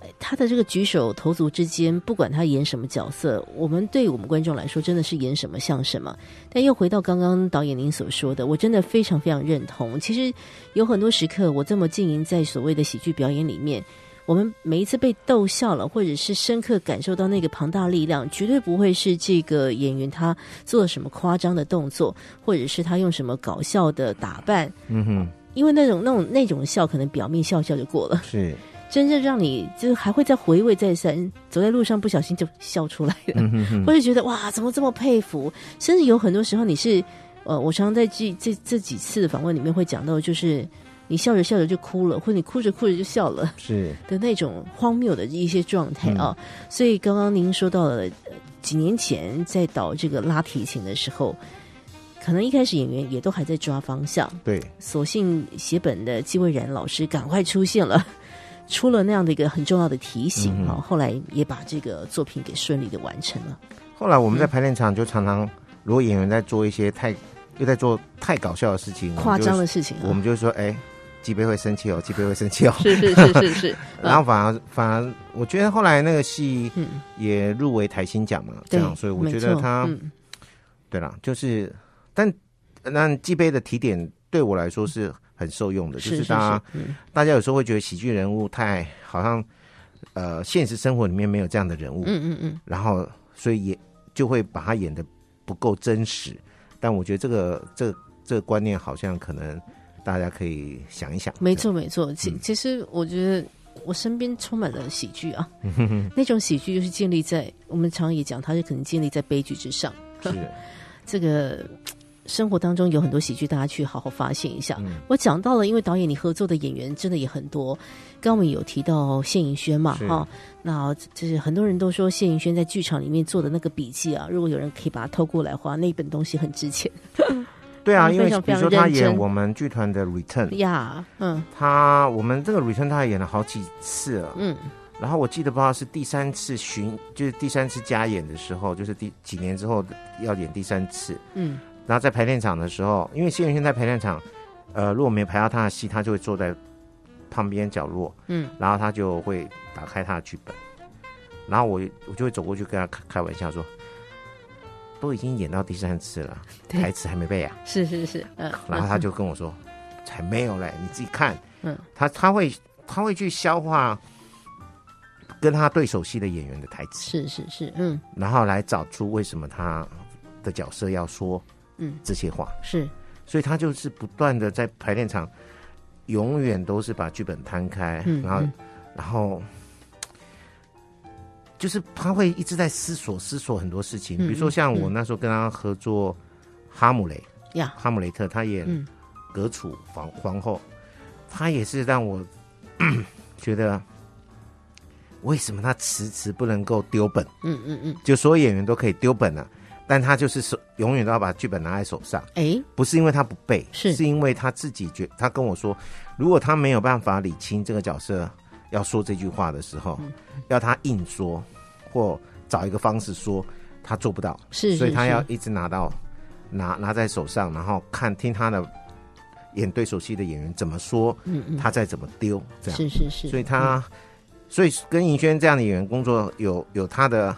Speaker 3: 呃他的这个举手投足之间，不管他演什么角色，我们对我们观众来说，真的是演什么像什么。但又回到刚刚导演您所说的，我真的非常非常认同。其实有很多时刻，我这么浸淫在所谓的喜剧表演里面。我们每一次被逗笑了，或者是深刻感受到那个庞大力量，绝对不会是这个演员他做了什么夸张的动作，或者是他用什么搞笑的打扮，
Speaker 1: 嗯哼，
Speaker 3: 因为那种那种那种笑，可能表面笑笑就过了， [LAUGHS]
Speaker 1: 是，
Speaker 3: 真正让你就是还会再回味再三，走在路上不小心就笑出来了，
Speaker 1: 嗯哼哼
Speaker 3: 或者觉得哇，怎么这么佩服？甚至有很多时候你是，呃，我常常在这这这几次的访问里面会讲到，就是你笑着笑着就哭了，或者你哭着哭着就笑了。
Speaker 1: 是，
Speaker 3: 的那种荒谬的一些状态啊。
Speaker 1: 嗯
Speaker 3: 所以刚刚您说到了呃几年前在导这个拉提琴的时候，可能一开始演员也都还在抓方向，
Speaker 1: 对，
Speaker 3: 所幸写本的纪蔚然老师赶快出现了。 [LAUGHS] 出了那样的一个很重要的提醒
Speaker 1: 嗯
Speaker 3: 啊、
Speaker 1: 哼
Speaker 3: 后来也把这个作品给顺利的完成了。
Speaker 1: 后来我
Speaker 3: 嗯
Speaker 1: 们在排练场就常常，如果演员在做一些太又在做太搞笑的事情，
Speaker 3: 夸张
Speaker 1: 了，
Speaker 3: 的事情
Speaker 1: 我
Speaker 3: 啊，
Speaker 1: 们就会说，哎，鸡贝会生气哦，鸡贝会生气哦。
Speaker 3: [LAUGHS] 是是是是是，
Speaker 1: [LAUGHS] 然后反而反而，我觉得后来那个戏
Speaker 3: 嗯，
Speaker 1: 也入围台新奖嘛，这
Speaker 3: 对
Speaker 1: 样，，所以我
Speaker 3: 没
Speaker 1: 觉得
Speaker 3: 错
Speaker 1: 他
Speaker 3: 嗯
Speaker 1: 对啦，就是，但那鸡贝的提点对我来说是很受用呃的，就是
Speaker 3: 是
Speaker 1: 是
Speaker 3: 是
Speaker 1: 大家，
Speaker 3: 嗯
Speaker 1: 大家有时候会觉得喜剧人物太好像，呃，现实生活里面没有这样的人物，
Speaker 3: 嗯嗯嗯，
Speaker 1: 然后所以也就会把他演的不够真实。但我觉得这个这这个观念好像可能大家可以想一想。
Speaker 3: 没错，没错。其
Speaker 1: 嗯
Speaker 3: 其实我觉得我身边充满了喜剧
Speaker 1: [LAUGHS]
Speaker 3: 啊，那种喜剧就是建立在我们常也讲，它是可能建立在悲剧之上。
Speaker 1: 这样，是
Speaker 3: 这个生活当中有很多喜剧，大家去好好发现一下。
Speaker 1: 嗯
Speaker 3: 我讲到了，因为导演你合作的演员真的也很多，刚刚我们有提到谢盈萱嘛，
Speaker 1: 是
Speaker 3: 哈、那就是很多人都说谢盈萱在剧场里面做的那个笔记啊，如果有人可以把它偷过来的话，那本东西很值钱
Speaker 1: 对啊，
Speaker 3: 嗯
Speaker 1: 因为
Speaker 3: 非常
Speaker 1: 比如说
Speaker 3: 非常
Speaker 1: 他
Speaker 3: 认真
Speaker 1: 演我们剧团的 Return， [LAUGHS]
Speaker 3: 呀。嗯
Speaker 1: 他我们这个 Return 他演了好几次了。
Speaker 3: 嗯，
Speaker 1: 然后我记得不知道是第三次巡，就是第三次加演的时候，就是第几年之后要演第三次。
Speaker 3: 嗯，
Speaker 1: 然后在排练场的时候，因为谢元轩在排练场，呃，如果没排到他的戏，他就会坐在旁边角落，
Speaker 3: 嗯，
Speaker 1: 然后他就会打开他的剧本，然后我我就会走过去跟他开开玩笑说，都已经演到第三次了，
Speaker 3: [LAUGHS] 对
Speaker 1: 台词还没背啊，
Speaker 3: 是是是，嗯，
Speaker 1: 然后他就跟我说，才没有嘞，你自己看，
Speaker 3: 嗯，
Speaker 1: 他他会他会去消化跟他对手戏的演员的台词，
Speaker 3: 是是是，嗯
Speaker 1: 然后来找出为什么他的角色要说
Speaker 3: 嗯
Speaker 1: 这些话。
Speaker 3: 是。
Speaker 1: 所以他就是不断的在排练场，永远都是把剧本摊开，
Speaker 3: 嗯
Speaker 1: 然后、
Speaker 3: 嗯
Speaker 1: 然后就是他会一直在思索思索很多事情，
Speaker 3: 嗯
Speaker 1: 比如说像我那时候跟他合作《哈姆雷》
Speaker 3: 呀，
Speaker 1: 哈姆雷特他演
Speaker 3: 嗯
Speaker 1: 格楚皇皇后，他也是让我 [COUGHS] 觉得为什么他迟迟不能够丢本，
Speaker 3: 嗯嗯嗯，
Speaker 1: 就所有演员都可以丢本了、但他就是手永远都要把剧本拿在手上。
Speaker 3: 哎，
Speaker 1: 不是因为他不背，
Speaker 3: 是
Speaker 1: 因为他自己觉，他跟我说，如果他没有办法理清这个角色要说这句话的时候，
Speaker 3: 嗯
Speaker 1: 要他硬说或找一个方式说，他做不到，
Speaker 3: 是，
Speaker 1: 所以
Speaker 3: 是
Speaker 1: 他要
Speaker 3: 是
Speaker 1: 一直拿到拿拿在手上，然后看听他的演对手戏的演员怎么说，
Speaker 3: 嗯嗯，
Speaker 1: 他再怎么丢，这样，
Speaker 3: 是是是，嗯
Speaker 1: 所以他，所以跟银轩这样的演员工作有有他的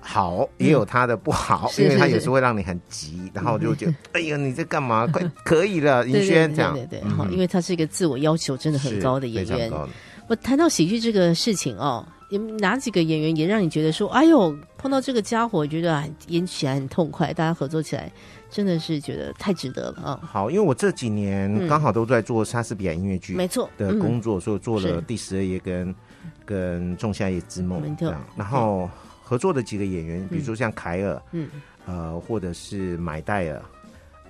Speaker 1: 好，也有他的不好，
Speaker 3: 嗯是
Speaker 1: 因为他
Speaker 3: 是
Speaker 1: 有
Speaker 3: 是
Speaker 1: 时候会让你很急，然后就觉得 [LAUGHS] 哎呀你在干嘛？快可以了，
Speaker 3: [LAUGHS] 对
Speaker 1: 银
Speaker 3: 对
Speaker 1: 轩
Speaker 3: 对
Speaker 1: 这样嗯
Speaker 3: 嗯对对，好，因为他是一个自我要求真的很
Speaker 1: 是
Speaker 3: 高的演
Speaker 1: 非常
Speaker 3: 员。
Speaker 1: 高的
Speaker 3: 我谈到喜剧这个事情哦，也哪几个演员也让你觉得说，哎呦，碰到这个家伙，觉得啊演起来很痛快，大家合作起来真的是觉得太值得了啊！
Speaker 1: 好，因为我这几
Speaker 3: 嗯
Speaker 1: 年刚好都在做莎士比亚音乐剧
Speaker 3: 没错，
Speaker 1: 的
Speaker 3: 嗯
Speaker 1: 工作，所以我做
Speaker 3: 是
Speaker 1: 了《第十二夜》跟跟《仲夏夜之梦
Speaker 3: 没》
Speaker 1: 这
Speaker 3: 错
Speaker 1: 样，然后合作的几个演员，比如说像凯尔，
Speaker 3: 嗯，
Speaker 1: 呃，或者是买戴尔、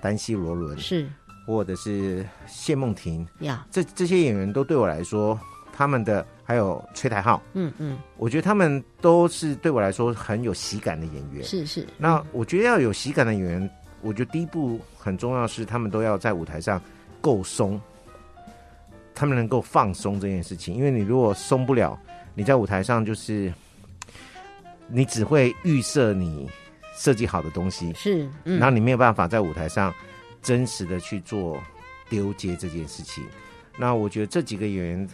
Speaker 1: 丹西罗伦，
Speaker 3: 是
Speaker 1: 或者是谢梦婷，
Speaker 3: 呀，
Speaker 1: 这这些演员都对我来说，他们的还有崔台浩，
Speaker 3: 嗯嗯，
Speaker 1: 我觉得他们都是对我来说很有喜感的演员。
Speaker 3: 是是，
Speaker 1: 那我觉得要有喜感的演员，我觉得第一步很重要是他们都要在舞台上够松，他们能够放松这件事情。因为你如果松不了，你在舞台上就是你只会预设你设计好的东西，
Speaker 3: 是，嗯，
Speaker 1: 然后你没有办法在舞台上真实的去做丢接这件事情。那我觉得这几个演员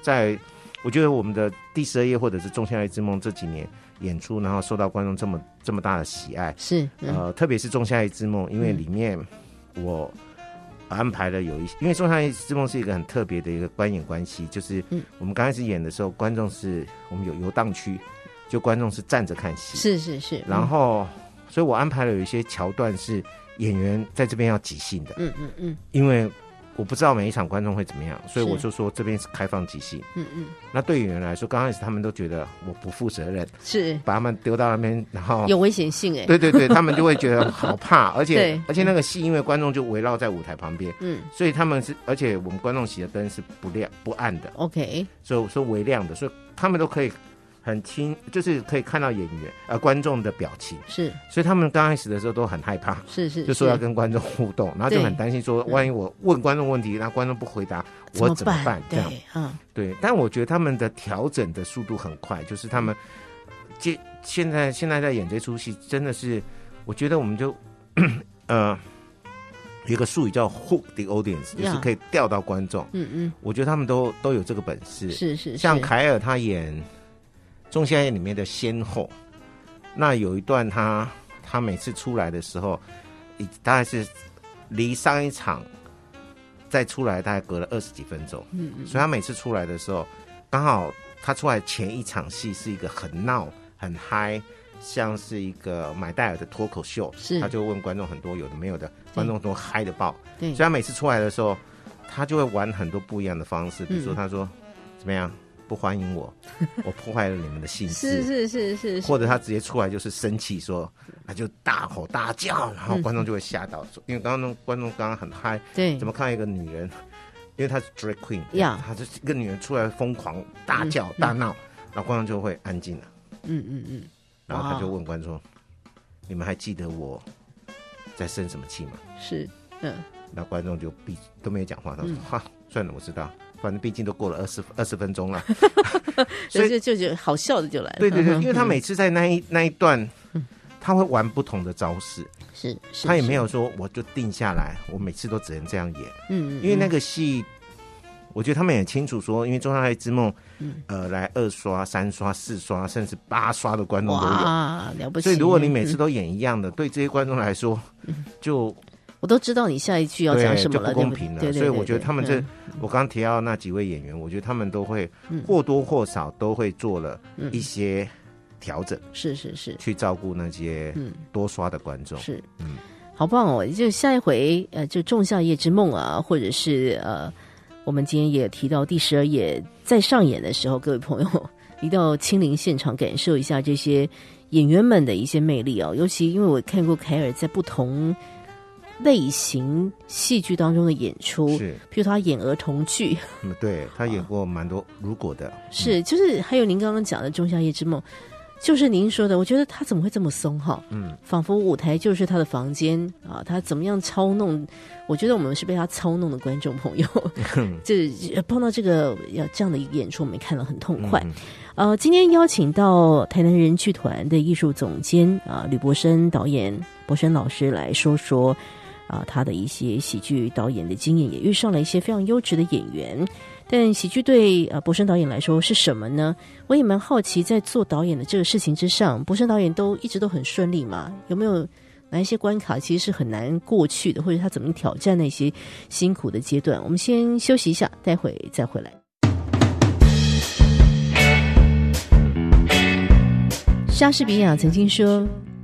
Speaker 1: 在，我觉得我们的第十二页或者是《仲夏夜之梦》这几年演出，然后受到观众这么这么大的喜爱，
Speaker 3: 是，嗯
Speaker 1: 呃，特别是《仲夏夜之梦》，因为里面我安排了有一些，因为《仲夏夜之梦》是一个很特别的一个观演关系，就是
Speaker 3: 嗯
Speaker 1: 我们刚开始演的时候，观众是我们有游荡区，就观众是站着看戏，
Speaker 3: 是是嗯是，
Speaker 1: 然后，所以我安排了有一些桥段是演员在这边要即兴的，
Speaker 3: 嗯，嗯嗯
Speaker 1: 因为我不知道每一场观众会怎么样，所以
Speaker 3: 是
Speaker 1: 我就说这边是开放即兴。
Speaker 3: 嗯嗯
Speaker 1: 那对演员来说，刚开始他们都觉得我不负责任，
Speaker 3: 嗯，是
Speaker 1: 把他们丢到那边，然后
Speaker 3: 有危险性哎，
Speaker 1: 哦对对对，他们就会觉得好怕，而且
Speaker 3: 对
Speaker 1: 而且那个戏因为观众就围绕在舞台旁边，
Speaker 3: 嗯
Speaker 1: 所以他们是，而且我们观众席的灯是不亮不暗的，
Speaker 3: ，OK，
Speaker 1: 所以是微亮的，所以他们都可以很清，就是可以看到演员呃观众的表情，
Speaker 3: 是
Speaker 1: 所以他们刚开始的时候都很害怕。
Speaker 3: 是是，
Speaker 1: 就说要
Speaker 3: 是
Speaker 1: 跟观众互动，然后就
Speaker 3: 对
Speaker 1: 很担心说，
Speaker 3: 嗯
Speaker 1: 万一我问观众问题，那观众不回答，我怎么办？这样
Speaker 3: 对，嗯，
Speaker 1: 对。但我觉得他们的调整的速度很快，就是他们接现在现在在演这出戏，真的是，我觉得我们就 [CLEARS THROAT] 呃有一个术语叫 hook the audience，就是
Speaker 3: Yeah
Speaker 1: 可以钓到观众。
Speaker 3: 嗯嗯，
Speaker 1: 我觉得他们都都有这个本事。
Speaker 3: 是是，
Speaker 1: 像
Speaker 3: 是
Speaker 1: 凯尔他演《仲夏夜》里面的先后，那有一段他他每次出来的时候，已大概是离上一场再出来大概隔了二十几分钟，
Speaker 3: 嗯嗯
Speaker 1: 所以他每次出来的时候，刚好他出来前一场戏是一个很闹很嗨。像是一个买戴尔的脱口秀，
Speaker 3: 是
Speaker 1: 他就问观众很多有的没有的，观众都嗨的爆，
Speaker 3: 对
Speaker 1: 所以他每次出来的时候，他就会玩很多不一样的方式，比如说
Speaker 3: 嗯
Speaker 1: 他说、怎么样不欢迎我， [LAUGHS] 我破坏了你们的兴
Speaker 3: 是
Speaker 1: 致。
Speaker 3: 是是是是，
Speaker 1: 或者他直接出来就是生气说，他就大吼大叫，然
Speaker 3: 嗯
Speaker 1: 后观众就会吓到，说因为刚刚观众刚刚很嗨，
Speaker 3: 对
Speaker 1: 怎么看到一个女人，因为她是 drag queen，
Speaker 3: 嗯呀
Speaker 1: 她就是一个女人出来疯狂大叫
Speaker 3: 嗯嗯
Speaker 1: 大闹，然后观众就会安静了，
Speaker 3: 嗯嗯嗯，
Speaker 1: 然后他就
Speaker 3: 哇
Speaker 1: 问观众，你们还记得我在生什么气吗？
Speaker 3: 是嗯
Speaker 1: 那观众就闭都没有讲话，他说
Speaker 3: 嗯：“”
Speaker 1: 哈、算了，我知道，反正毕竟都过了二十二十分钟了。所
Speaker 3: 所
Speaker 1: 以
Speaker 3: 以，就就就好笑的就来了，
Speaker 1: 对对对，
Speaker 3: 嗯
Speaker 1: 因为他每次在那一那一段，他会玩不同的招式，
Speaker 3: 是是，
Speaker 1: 他也
Speaker 3: 是
Speaker 1: 没有说我就定下来，我每次都只能这样演，
Speaker 3: 嗯，嗯
Speaker 1: 因为那
Speaker 3: 嗯
Speaker 1: 个戏，我觉得他们也清楚说，因为《中上海之梦》
Speaker 3: 嗯
Speaker 1: 呃，来二刷、三刷、四刷，甚至八刷的观众都有。
Speaker 3: 哇了不起，
Speaker 1: 所以，如果你每次
Speaker 3: 嗯
Speaker 1: 都演一样的，对这些观众来说，就
Speaker 3: 我都知道你下一句要
Speaker 1: 对，
Speaker 3: 嗯讲什么
Speaker 1: 就
Speaker 3: 了，
Speaker 1: 不
Speaker 3: 对
Speaker 1: 公
Speaker 3: 不
Speaker 1: 平了。
Speaker 3: 对对
Speaker 1: 所以
Speaker 3: 对
Speaker 1: 我觉得
Speaker 3: 对
Speaker 1: 他们这
Speaker 3: 嗯，
Speaker 1: 我刚刚提到那几位演员，我觉得他们都会
Speaker 3: 嗯
Speaker 1: 或多或少都会做了
Speaker 3: 嗯
Speaker 1: 一些调整，
Speaker 3: 是是是，
Speaker 1: 去照顾那些
Speaker 3: 嗯。
Speaker 1: 多刷的观众。
Speaker 3: 是，
Speaker 1: 嗯
Speaker 3: 好棒哦！就下一回，呃，就《仲夏夜之梦》啊，或者是呃，我们今天也提到第十二页在上演的时候，各位朋友一定要亲临现场感受一下这些演员们的一些魅力哦。尤其因为我看过凯尔在不同类型戏剧当中的演出，
Speaker 1: 是，
Speaker 3: 譬如他演儿童剧， [LAUGHS]
Speaker 1: 嗯，对他演过蛮
Speaker 3: 啊
Speaker 1: 多如果的，
Speaker 3: 是，就是还有您刚刚讲的《仲夏夜之梦》，就是您说的，我觉得他怎么会这么松哈？
Speaker 1: 嗯，
Speaker 3: 仿佛舞台就是他的房间啊，他怎么样操弄？我觉得我们是被他操弄的观众朋友，就是碰到这个要这样的一个演出，我们也看了很痛快。呃，今天邀请到台南人剧团的艺术总监啊、吕博生导演，博生老师来说说啊、他的一些喜剧导演的经验，也遇上了一些非常优质的演员。但喜剧对呃博生导演来说是什么呢？我也蛮好奇，在做导演的这个事情之上，博生导演都一直都很顺利嘛？有没有哪一些关卡其实是很难过去的，或者他怎么挑战那些辛苦的阶段？我们先休息一下，待会再回来。莎士比亚曾经说，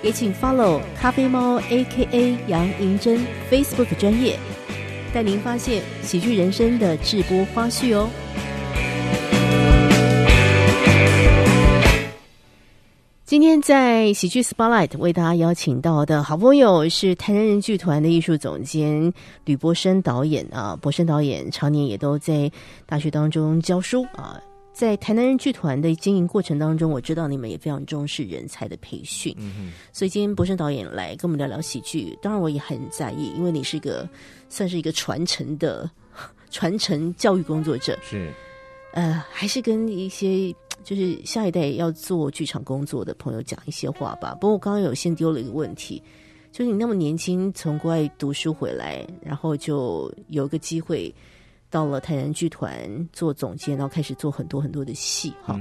Speaker 3: 也请 follow 咖啡猫 A.K.A 杨银珍 Facebook 专业，带您发现喜剧人生的直播花絮哦。今天在喜剧 Spotlight 为大家邀请到的好朋友是台南人剧团的艺术总监吕博生导演啊，博生导演常年也都在大学当中教书啊。在台南人剧团的经营过程当中，我知道你们也非常重视人才的培训，嗯、所以今天博生导演来跟我们聊聊喜剧，当然我也很在意，因为你是一个算是一个传承的传承教育工作者，
Speaker 1: 是
Speaker 3: 呃，还是跟一些就是下一代要做剧场工作的朋友讲一些话吧。不过我刚刚有先丢了一个问题，就是你那么年轻从国外读书回来，然后就有一个机会到了台南剧团做总监，然后开始做很多很多的戏哈，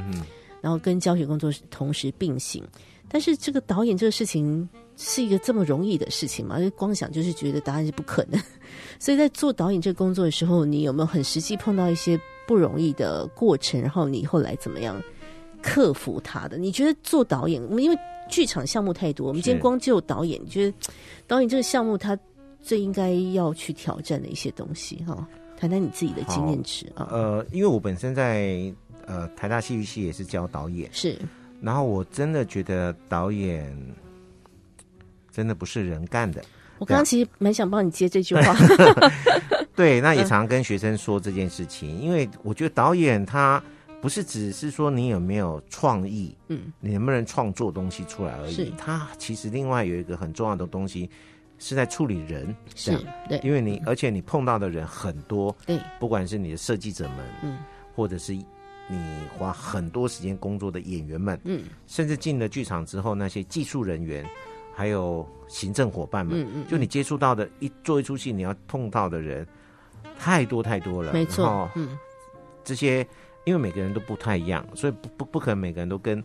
Speaker 3: 然后跟教学工作是同时并行。但是这个导演这个事情是一个这么容易的事情吗？就光想就是觉得答案是不可能。 [LAUGHS] 所以在做导演这个工作的时候，你有没有很实际碰到一些不容易的过程？然后你后来怎么样克服它的？你觉得做导演，我们因为剧场项目太多，我们今天
Speaker 1: 是
Speaker 3: 光就导演，你觉得导演这个项目它最应该要去挑战的一些东西哈？谈谈你自己的经验值啊，
Speaker 1: 呃，因为我本身在呃台大戏剧系也是教导演，
Speaker 3: 是
Speaker 1: 然后我真的觉得导演真的不是人干的。
Speaker 3: 我刚刚其实蛮想帮你接这句话，
Speaker 1: 对，那也
Speaker 3: 嗯
Speaker 1: 常跟学生说这件事情，因为我觉得导演他不是只是说你有没有创意，
Speaker 3: [LAUGHS] 嗯，
Speaker 1: 你能不能创作东西出来而
Speaker 3: 是
Speaker 1: 已。他其实另外有一个很重要的东西是在处理人，这
Speaker 3: 是
Speaker 1: 样
Speaker 3: 对
Speaker 1: 因为你而且你碰到的人很多，
Speaker 3: 对
Speaker 1: 不管是你的设计者们，
Speaker 3: 嗯，
Speaker 1: 或者是你花很多时间工作的演员们，
Speaker 3: 嗯
Speaker 1: 甚至进了剧场之后，那些技术人员，还有行政伙伴们，
Speaker 3: 嗯嗯，
Speaker 1: 就你接触到的一做一出戏，你要碰到的人太多太多了。
Speaker 3: 没
Speaker 1: 然
Speaker 3: 错
Speaker 1: 后，
Speaker 3: 嗯
Speaker 1: 这些因为每个人都不太一样，所以不不不可能每个人都跟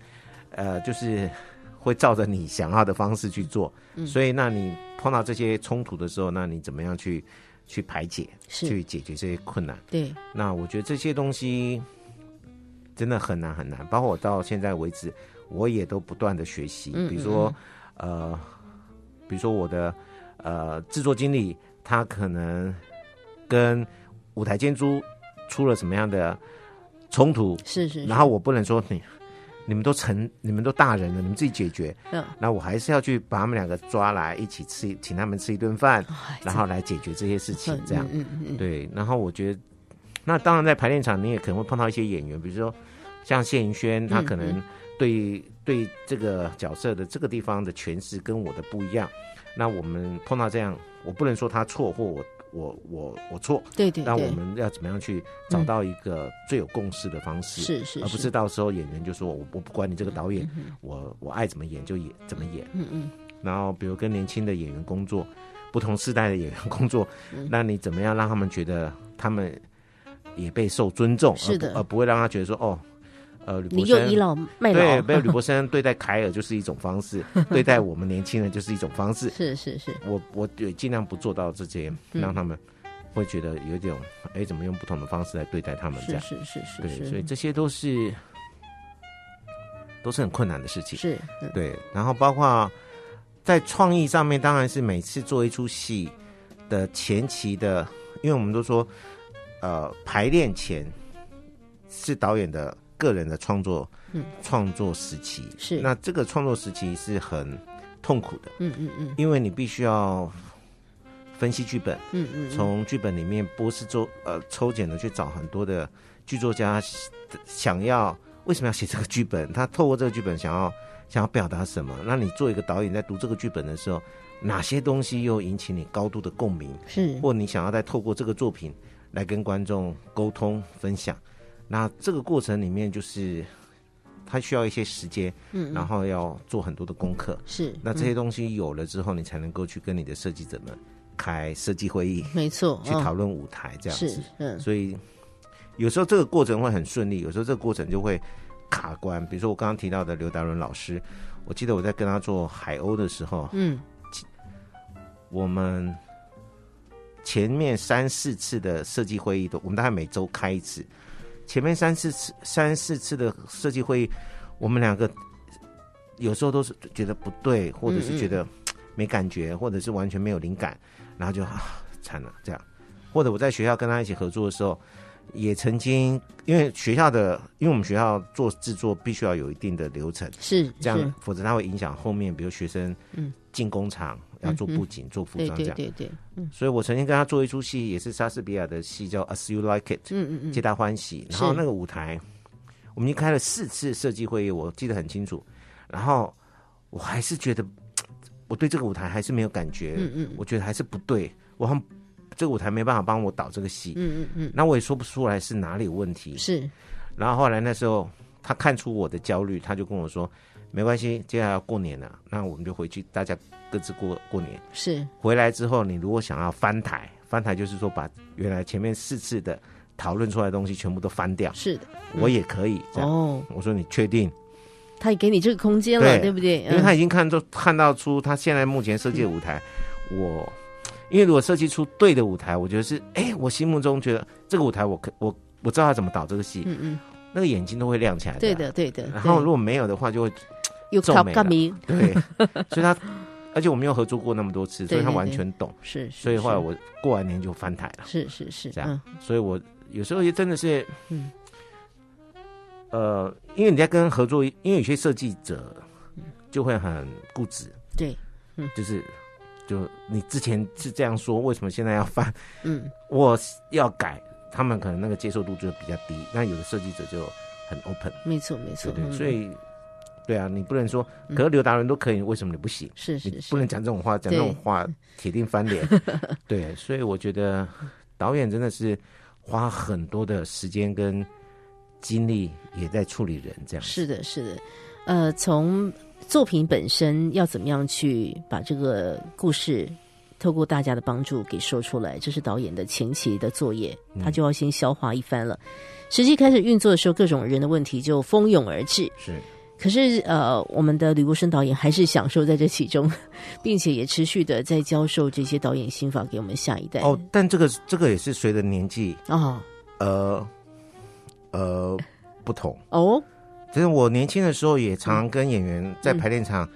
Speaker 1: 呃，就是会照着你想要的方式去做。
Speaker 3: 嗯
Speaker 1: 所以，那你碰到这些冲突的时候，那你怎么样去去排解，
Speaker 3: 是
Speaker 1: 去解决这些困难？
Speaker 3: 对
Speaker 1: 那我觉得这些东西真的很难很难，包括我到现在为止，我也都不断的学习，
Speaker 3: 嗯
Speaker 1: 比如说，呃，比如说我的呃制作经理，他可能跟舞台监督出了什么样的冲突，
Speaker 3: 是是，
Speaker 1: 然后我不能说你。你们都成，你们都大人了，你们自己解决。
Speaker 3: 嗯
Speaker 1: 那我还是要去把他们两个抓来一起吃，请他们吃一顿饭，
Speaker 3: 哎
Speaker 1: 然后来解决这些事情。这样，
Speaker 3: 嗯嗯嗯嗯，
Speaker 1: 对，然后我觉得，那当然在排练场你也可能会碰到一些演员，比如说像谢盈萱，
Speaker 3: 嗯
Speaker 1: 她可能对、对这个角色的这个地方的诠释跟我的不一样。那我们碰到这样，我不能说他错或我我我我错，
Speaker 3: 对嗯对嗯
Speaker 1: 那我
Speaker 3: 对，
Speaker 1: 们要怎么样去找到一个最有共识的方式？
Speaker 3: 是是嗯
Speaker 1: 而不是到时候演员就说我我不管你这个导演，我我爱怎么演就演怎么演。嗯嗯。然后比如跟年轻的演员工作，不同世代的演员工作，
Speaker 3: 嗯
Speaker 1: 那你怎么样让他们觉得他们也被受尊重？
Speaker 3: 是的
Speaker 1: 而不而不会让他觉得说哦，呃，吕
Speaker 3: 你
Speaker 1: 伯
Speaker 3: 又
Speaker 1: 生
Speaker 3: 倚老卖
Speaker 1: 对，
Speaker 3: 老，
Speaker 1: 被吕伯生对待凯尔就是一种方式，对待我们年轻人就是一种方式。
Speaker 3: [LAUGHS] 是是是，
Speaker 1: 我我也尽量不做到这些，
Speaker 3: 嗯
Speaker 1: 让他们会觉得有一种哎，怎么用不同的方式来对待他们这
Speaker 3: 是
Speaker 1: 样。
Speaker 3: 是是是
Speaker 1: 对，
Speaker 3: 是，
Speaker 1: 所以这些都是都是很困难的事情。
Speaker 3: 是嗯
Speaker 1: 对，然后包括在创意上面，当然是每次做一出戏的前期的，因为我们都说，呃，排练前是导演的个人的创作，
Speaker 3: 嗯，
Speaker 1: 创作时期
Speaker 3: 是
Speaker 1: 那这个创作时期是很痛苦的，
Speaker 3: 嗯嗯嗯
Speaker 1: 因为你必须要分析剧本，
Speaker 3: 嗯嗯，
Speaker 1: 从剧本里面波士周呃抽检的去找很多的剧作家想要为什么要写这个剧本，他透过这个剧本想要想要表达什么？那你作为一个导演在读这个剧本的时候，哪些东西又引起你高度的共鸣，
Speaker 3: 是
Speaker 1: 或你想要再透过这个作品来跟观众沟通分享？那这个过程里面就是他需要一些时间，
Speaker 3: 嗯
Speaker 1: 然后要做很多的功课。
Speaker 3: 是嗯
Speaker 1: 那这些东西有了之后，你才能够去跟你的设计者们开设计会议，
Speaker 3: 没错，
Speaker 1: 去讨论舞台这样
Speaker 3: 嗯是
Speaker 1: 子。
Speaker 3: 嗯
Speaker 1: 所以有时候这个过程会很顺利，有时候这个过程就会卡关。比如说我刚刚提到的刘达伦老师，我记得我在跟他做海鸥的时候，
Speaker 3: 嗯
Speaker 1: 我们前面三四次的设计会议都，我们大概每周开一次。前面三四次、三四次的设计会议，我们两个有时候都是觉得不对，或者是觉得没感觉，或者是完全没有灵感，然后就啊惨了这样。或者我在学校跟他一起合作的时候，也曾经因为学校的，因为我们学校做制作必须要有一定的流程，
Speaker 3: 是
Speaker 1: 这样
Speaker 3: 是，
Speaker 1: 否则它会影响后面，比如学生
Speaker 3: 嗯
Speaker 1: 进工厂、要做布景、做服
Speaker 3: 对
Speaker 1: 装这
Speaker 3: 对
Speaker 1: 样。
Speaker 3: 对对，
Speaker 1: 所以我曾经跟他做一出戏，也是莎士比亚的戏，叫《As You Like It》，
Speaker 3: 嗯嗯嗯，
Speaker 1: 皆大欢喜。然后那个舞台，我们已经开了四次设计会议，我记得很清楚。然后我还是觉得我对这个舞台还是没有感觉，
Speaker 3: 嗯嗯
Speaker 1: 我觉得还是不对，我很这个舞台没办法帮我导这个戏，
Speaker 3: 嗯嗯嗯，
Speaker 1: 那我也说不出来是哪里有问题。
Speaker 3: 是
Speaker 1: 然后后来那时候他看出我的焦虑，他就跟我说：“没关系，接下来要过年了，那我们就回去，大家各自过过年。
Speaker 3: 是，
Speaker 1: 回来之后，你如果想要翻台，翻台就是说把原来前面四次的讨论出来的东西全部都翻掉，
Speaker 3: 是的，
Speaker 1: 我也可以。”这样，
Speaker 3: 哦，
Speaker 1: 我说：“你确定？”
Speaker 3: 他也给你这个空间了，
Speaker 1: 对
Speaker 3: 对不对？
Speaker 1: 因为他
Speaker 3: 嗯
Speaker 1: 已经看都看到出他现在目前设计的舞台，
Speaker 3: 嗯
Speaker 1: 我因为如果设计出对的舞台，我觉得是哎、我心目中觉得这个舞台我可我我知道他怎么导这个戏，
Speaker 3: 嗯嗯，
Speaker 1: 那个眼睛都会亮起来的啊、
Speaker 3: 对的对的。
Speaker 1: 然后
Speaker 3: 对
Speaker 1: 如果没有的话，就会
Speaker 3: 有
Speaker 1: 皱
Speaker 3: 卡
Speaker 1: 眉
Speaker 3: 卡
Speaker 1: 了
Speaker 3: 迷，
Speaker 1: [LAUGHS] 对，所以他而且我们又合作过那么多次，所以
Speaker 3: 对
Speaker 1: 他
Speaker 3: 对
Speaker 1: 完
Speaker 3: 对
Speaker 1: 全懂。
Speaker 3: 是，是
Speaker 1: 所以后来
Speaker 3: 是
Speaker 1: 我过完年就翻台了，
Speaker 3: 是是是
Speaker 1: 这样，所以我有时候也真的是，
Speaker 3: 嗯
Speaker 1: 呃，因为你在跟合作，因为有些设计者就会很固执，
Speaker 3: 嗯对，嗯
Speaker 1: 就是就你之前是这样说，为什么现在要翻？
Speaker 3: 嗯，
Speaker 1: 我要改，他们可能那个接受度就比较低。那有的设计者就很 open，
Speaker 3: 没错没错
Speaker 1: 对，对，
Speaker 3: 嗯
Speaker 1: 所以对啊，你不能说，
Speaker 3: 嗯
Speaker 1: 可是刘达人都可以，为什么你不行？
Speaker 3: 是
Speaker 1: 你
Speaker 3: 是是
Speaker 1: 不能讲这种话，讲这种话铁定翻
Speaker 3: [LAUGHS]
Speaker 1: 脸。对，所以我觉得导演真的是花很多的时间跟精力也在处理人这样。
Speaker 3: 是的，是的，呃，从作品本身要怎么样去把这个故事透过大家的帮助给说出来，这是导演的前期的作业，他
Speaker 1: 嗯
Speaker 3: 就要先消化一番了。实际开始运作的时候，各种人的问题就蜂拥而至。
Speaker 1: 是，
Speaker 3: 可是，呃，我们的吕国生导演还是享受在这其中， [LAUGHS] 并且也持续的在教授这些导演心法给我们下一代。
Speaker 1: 哦，但这个这个也是随着年纪，
Speaker 3: 哦
Speaker 1: 呃呃不同。
Speaker 3: 哦，
Speaker 1: 就是我年轻的时候也常常跟演员
Speaker 3: 嗯
Speaker 1: 在排练场。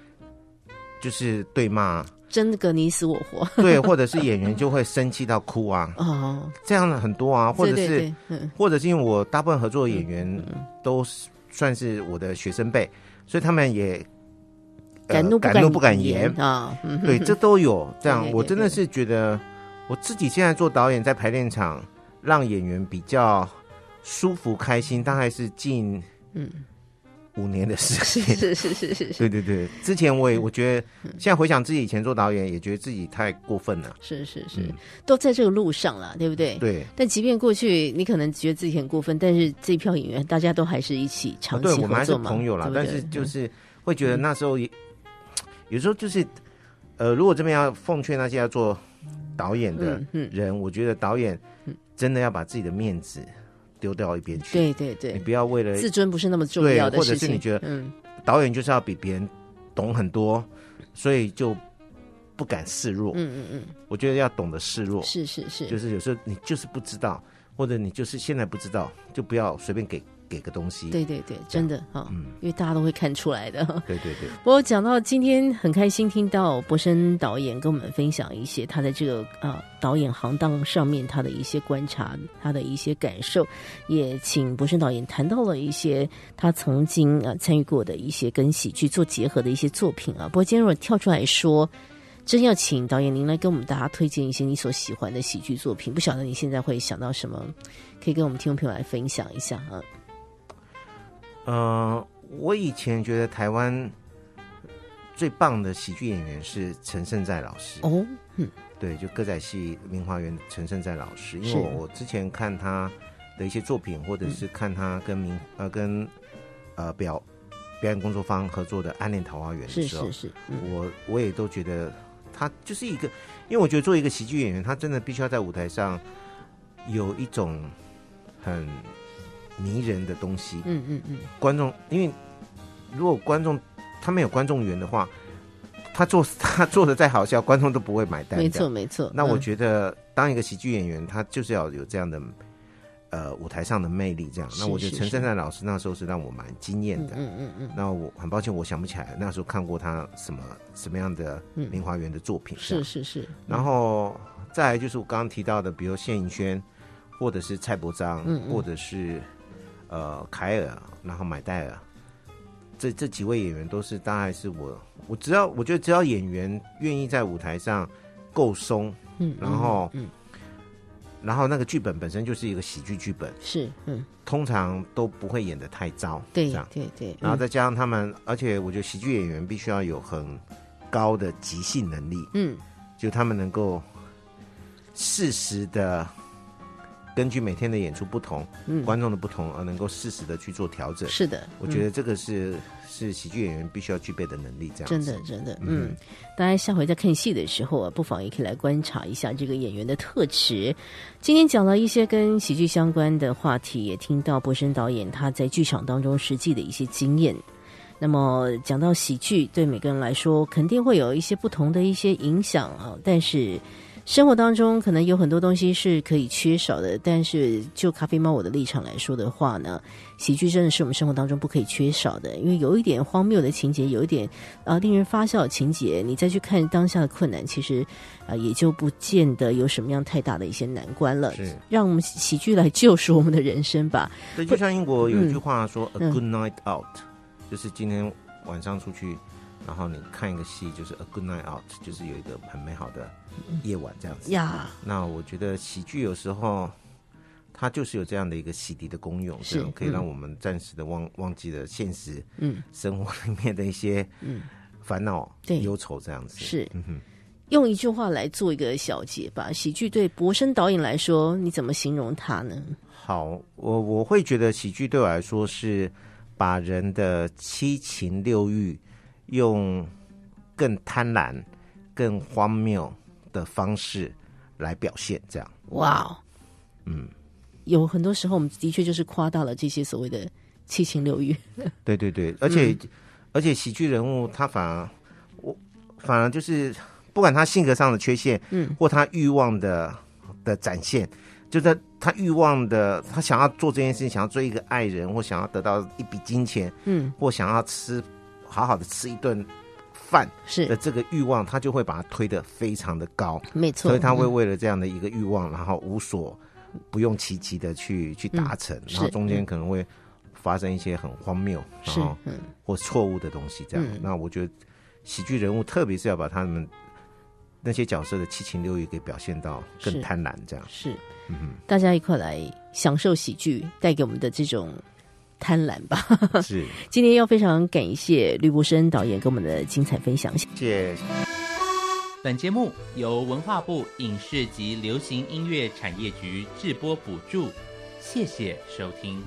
Speaker 1: 就是对骂，
Speaker 3: 真的个你死我活
Speaker 1: 对，或者是演员就会生气到哭啊，
Speaker 3: 哦，
Speaker 1: 这样的很多啊，或者是
Speaker 3: [LAUGHS] 对对对嗯
Speaker 1: 或者是因为我大部分合作的演员都是算是我的学生辈，所以他们也、呃
Speaker 3: 敢怒不
Speaker 1: 敢
Speaker 3: 敢
Speaker 1: 怒不敢
Speaker 3: 言
Speaker 1: 言，
Speaker 3: 啊，嗯
Speaker 1: 对，这都有。这
Speaker 3: 对
Speaker 1: 样，
Speaker 3: 对
Speaker 1: 我
Speaker 3: 对
Speaker 1: 真的
Speaker 3: 对
Speaker 1: 是觉得我自己现在做导演，在排练场让演员比较舒服开心，大概是近
Speaker 3: 嗯
Speaker 1: 五年的事 [LAUGHS]
Speaker 3: 是 [LAUGHS]
Speaker 1: 情。
Speaker 3: 是是是是
Speaker 1: 对对对，之前
Speaker 3: 嗯
Speaker 1: 我也我觉得，现在回想自己以前做导演，也觉得自己太过分了。
Speaker 3: 是是是
Speaker 1: 嗯，
Speaker 3: 都在这个路上了，对不对？。
Speaker 1: 对，
Speaker 3: 但即便过去你可能觉得自己很过分，但是这一票演员大家都还是一起
Speaker 1: 哦
Speaker 3: 长
Speaker 1: 对，
Speaker 3: 期
Speaker 1: 我们还
Speaker 3: 合
Speaker 1: 是
Speaker 3: 作嘛，
Speaker 1: 朋友啦，
Speaker 3: 对不
Speaker 1: 但
Speaker 3: 对嗯
Speaker 1: 是就是会觉得那时候也、有时候就是，呃，如果这边要奉劝那些要做导演的
Speaker 3: 嗯嗯，
Speaker 1: 人，我觉得导演真的要把自己的面子丢掉一边去，
Speaker 3: 对对
Speaker 1: 你
Speaker 3: 对，
Speaker 1: 不要为了
Speaker 3: 自尊不是那么重
Speaker 1: 对
Speaker 3: 要的
Speaker 1: 或者
Speaker 3: 事
Speaker 1: 是
Speaker 3: 情，
Speaker 1: 你觉得
Speaker 3: 嗯，
Speaker 1: 导演就是要比别人懂很多，所以就不敢示弱。
Speaker 3: 嗯嗯嗯，
Speaker 1: 我觉得要懂得示弱，
Speaker 3: 是是是，
Speaker 1: 就是有时候你就是不知道，或者你就是现在不知道，就不要随便给给个东西。
Speaker 3: 对对对，真的哈、
Speaker 1: 嗯
Speaker 3: 因为大家都会看出来的。
Speaker 1: 对对对，
Speaker 3: 不过讲到今天，很开心听到博生导演跟我们分享一些他在这个呃导演行当上面他的一些观察，他的一些感受，也请博生导演谈到了一些他曾经呃参与过的一些跟喜剧做结合的一些作品啊。不过今天如果跳出来说，真要请导演您来跟我们大家推荐一些你所喜欢的喜剧作品，不晓得你现在会想到什么，可以跟我们听众朋友来分享一下啊。
Speaker 1: 呃，我以前觉得台湾最棒的喜剧演员是陈胜在老师，
Speaker 3: 哦，
Speaker 1: 对，就歌仔戏明华园的陈胜在老师，因
Speaker 3: 是
Speaker 1: 为我我之前看他的一些作品，或者是看他跟
Speaker 3: 嗯
Speaker 1: 明、呃跟呃表表演工作坊合作的《暗恋桃花源》
Speaker 3: 是
Speaker 1: 的时候，
Speaker 3: 是是，嗯，
Speaker 1: 我我也都觉得他就是一个，因为我觉得做一个喜剧演员，他真的必须要在舞台上有一种很迷人的东西，
Speaker 3: 嗯嗯嗯，
Speaker 1: 观众，因为如果观众他没有观众缘的话，他做他做的再好笑，观众都不会买单。
Speaker 3: 没错，。没错。
Speaker 1: 那我
Speaker 3: 嗯
Speaker 1: 觉得，当一个喜剧演员，他就是要有这样的，呃，舞台上的魅力。这样，
Speaker 3: 是
Speaker 1: 那我觉
Speaker 3: 是
Speaker 1: 得陈
Speaker 3: 是
Speaker 1: 珊珊老师那时候是让我蛮惊艳的。
Speaker 3: 嗯嗯嗯，
Speaker 1: 那我很抱歉，我想不起来那时候看过他什么什么样的
Speaker 3: 嗯
Speaker 1: 林华园的作品。这
Speaker 3: 是
Speaker 1: 样，
Speaker 3: 是是，
Speaker 1: 然后再来就是我刚刚提到的，比如谢颖轩，或者是蔡伯章，
Speaker 3: 嗯嗯
Speaker 1: 或者是呃凯尔，然后买戴尔，这这几位演员都是大概是我我只要我觉得只要演员愿意在舞台上够松，
Speaker 3: 嗯，
Speaker 1: 然后
Speaker 3: 嗯
Speaker 1: 然后那个剧本本身就是一个喜剧剧本，
Speaker 3: 是嗯，
Speaker 1: 通常都不会演得太糟，
Speaker 3: 对
Speaker 1: 这样。
Speaker 3: 对对，
Speaker 1: 然后
Speaker 3: 嗯
Speaker 1: 再加上他们，而且我觉得喜剧演员必须要有很高的即兴能力，
Speaker 3: 嗯
Speaker 1: 就他们能够适时的根据每天的演出不同、
Speaker 3: 嗯，
Speaker 1: 观众的不同，而能够适时的去做调整。
Speaker 3: 是的，嗯
Speaker 1: 我觉
Speaker 3: 得。
Speaker 1: 得这个是、是喜剧演员必须要具备的能力，这样
Speaker 3: 真
Speaker 1: 子
Speaker 3: 的，真的，
Speaker 1: 嗯
Speaker 3: 嗯，大家下回在看戏的时候啊，不妨也可以来观察一下这个演员的特质。今天讲了一些跟喜剧相关的话题，也听到博生导演他在剧场当中实际的一些经验。那么讲到喜剧，对每个人来说肯定会有一些不同的一些影响啊，但是。生活当中可能有很多东西是可以缺少的，但是就咖啡猫我的立场来说的话呢，喜剧真的是我们生活当中不可以缺少的，因为有一点荒谬的情节，有一点呃令人发笑的情节，你再去看当下的困难，其实呃也就不见得有什么样太大的一些难关了。
Speaker 1: 是。
Speaker 3: 让我们喜剧来救赎我们的人生吧。
Speaker 1: 对，就像英国有一句话说、
Speaker 3: 嗯
Speaker 1: a good night out”，就是今天晚上出去，然后你看一个戏，就是 “a good night out”，就是有一个很美好的夜晚这样子。
Speaker 3: 呀，
Speaker 1: 那我觉得喜剧有时候它就是有这样的一个洗涤的功用，这
Speaker 3: 是
Speaker 1: 样可以
Speaker 3: 嗯
Speaker 1: 让我们暂时的忘忘记了现实
Speaker 3: 嗯，
Speaker 1: 生活里面的一些
Speaker 3: 嗯
Speaker 1: 烦恼、
Speaker 3: 对
Speaker 1: 忧愁这样子。
Speaker 3: 是
Speaker 1: 嗯哼，
Speaker 3: 用一句话来做一个小结吧。喜剧对博生导演来说，你怎么形容他呢？
Speaker 1: 好，我我会觉得喜剧对我来说是把人的七情六欲用更贪婪、更荒谬的方式来表现，这样。
Speaker 3: 哇、哦，嗯，有很多时候我们的确就是夸大了这些所谓的七情六欲。
Speaker 1: 对对对，而且、
Speaker 3: 嗯
Speaker 1: 而且喜剧人物他反而我反而就是不管他性格上的缺陷，
Speaker 3: 嗯，
Speaker 1: 或他欲望的的展现，就在他欲望的他想要做这件事情，想要追一个爱人，或想要得到一笔金钱，
Speaker 3: 嗯，
Speaker 1: 或想要吃好好的吃一顿饭的
Speaker 3: [LAUGHS] 是
Speaker 1: 这个欲望，他就会把它推得非常的高，
Speaker 3: 没错，
Speaker 1: 所以他会
Speaker 3: 嗯
Speaker 1: 为了这样的一个欲望，然后无所不用其极的去去达成，
Speaker 3: 嗯是
Speaker 1: 然后中间可能会发生一些很荒谬，然
Speaker 3: 是
Speaker 1: 后
Speaker 3: 嗯
Speaker 1: 或错误的东西，这样。
Speaker 3: 嗯
Speaker 1: 那我觉得喜剧人物，特别是要把他们那些角色的七情六欲给表现到
Speaker 3: 是
Speaker 1: 更贪婪，
Speaker 3: [LAUGHS]
Speaker 1: 这样。
Speaker 3: 是，
Speaker 1: 嗯
Speaker 3: 大家一块来享受喜剧带给我们的这种贪婪吧。
Speaker 1: 是，
Speaker 3: 今天要非常感谢吕博生导演给我们的精彩分享，谢
Speaker 1: 谢
Speaker 3: 谢
Speaker 1: 谢
Speaker 4: 本节目由文化部影视及流行音乐产业局制播补助，谢谢收听。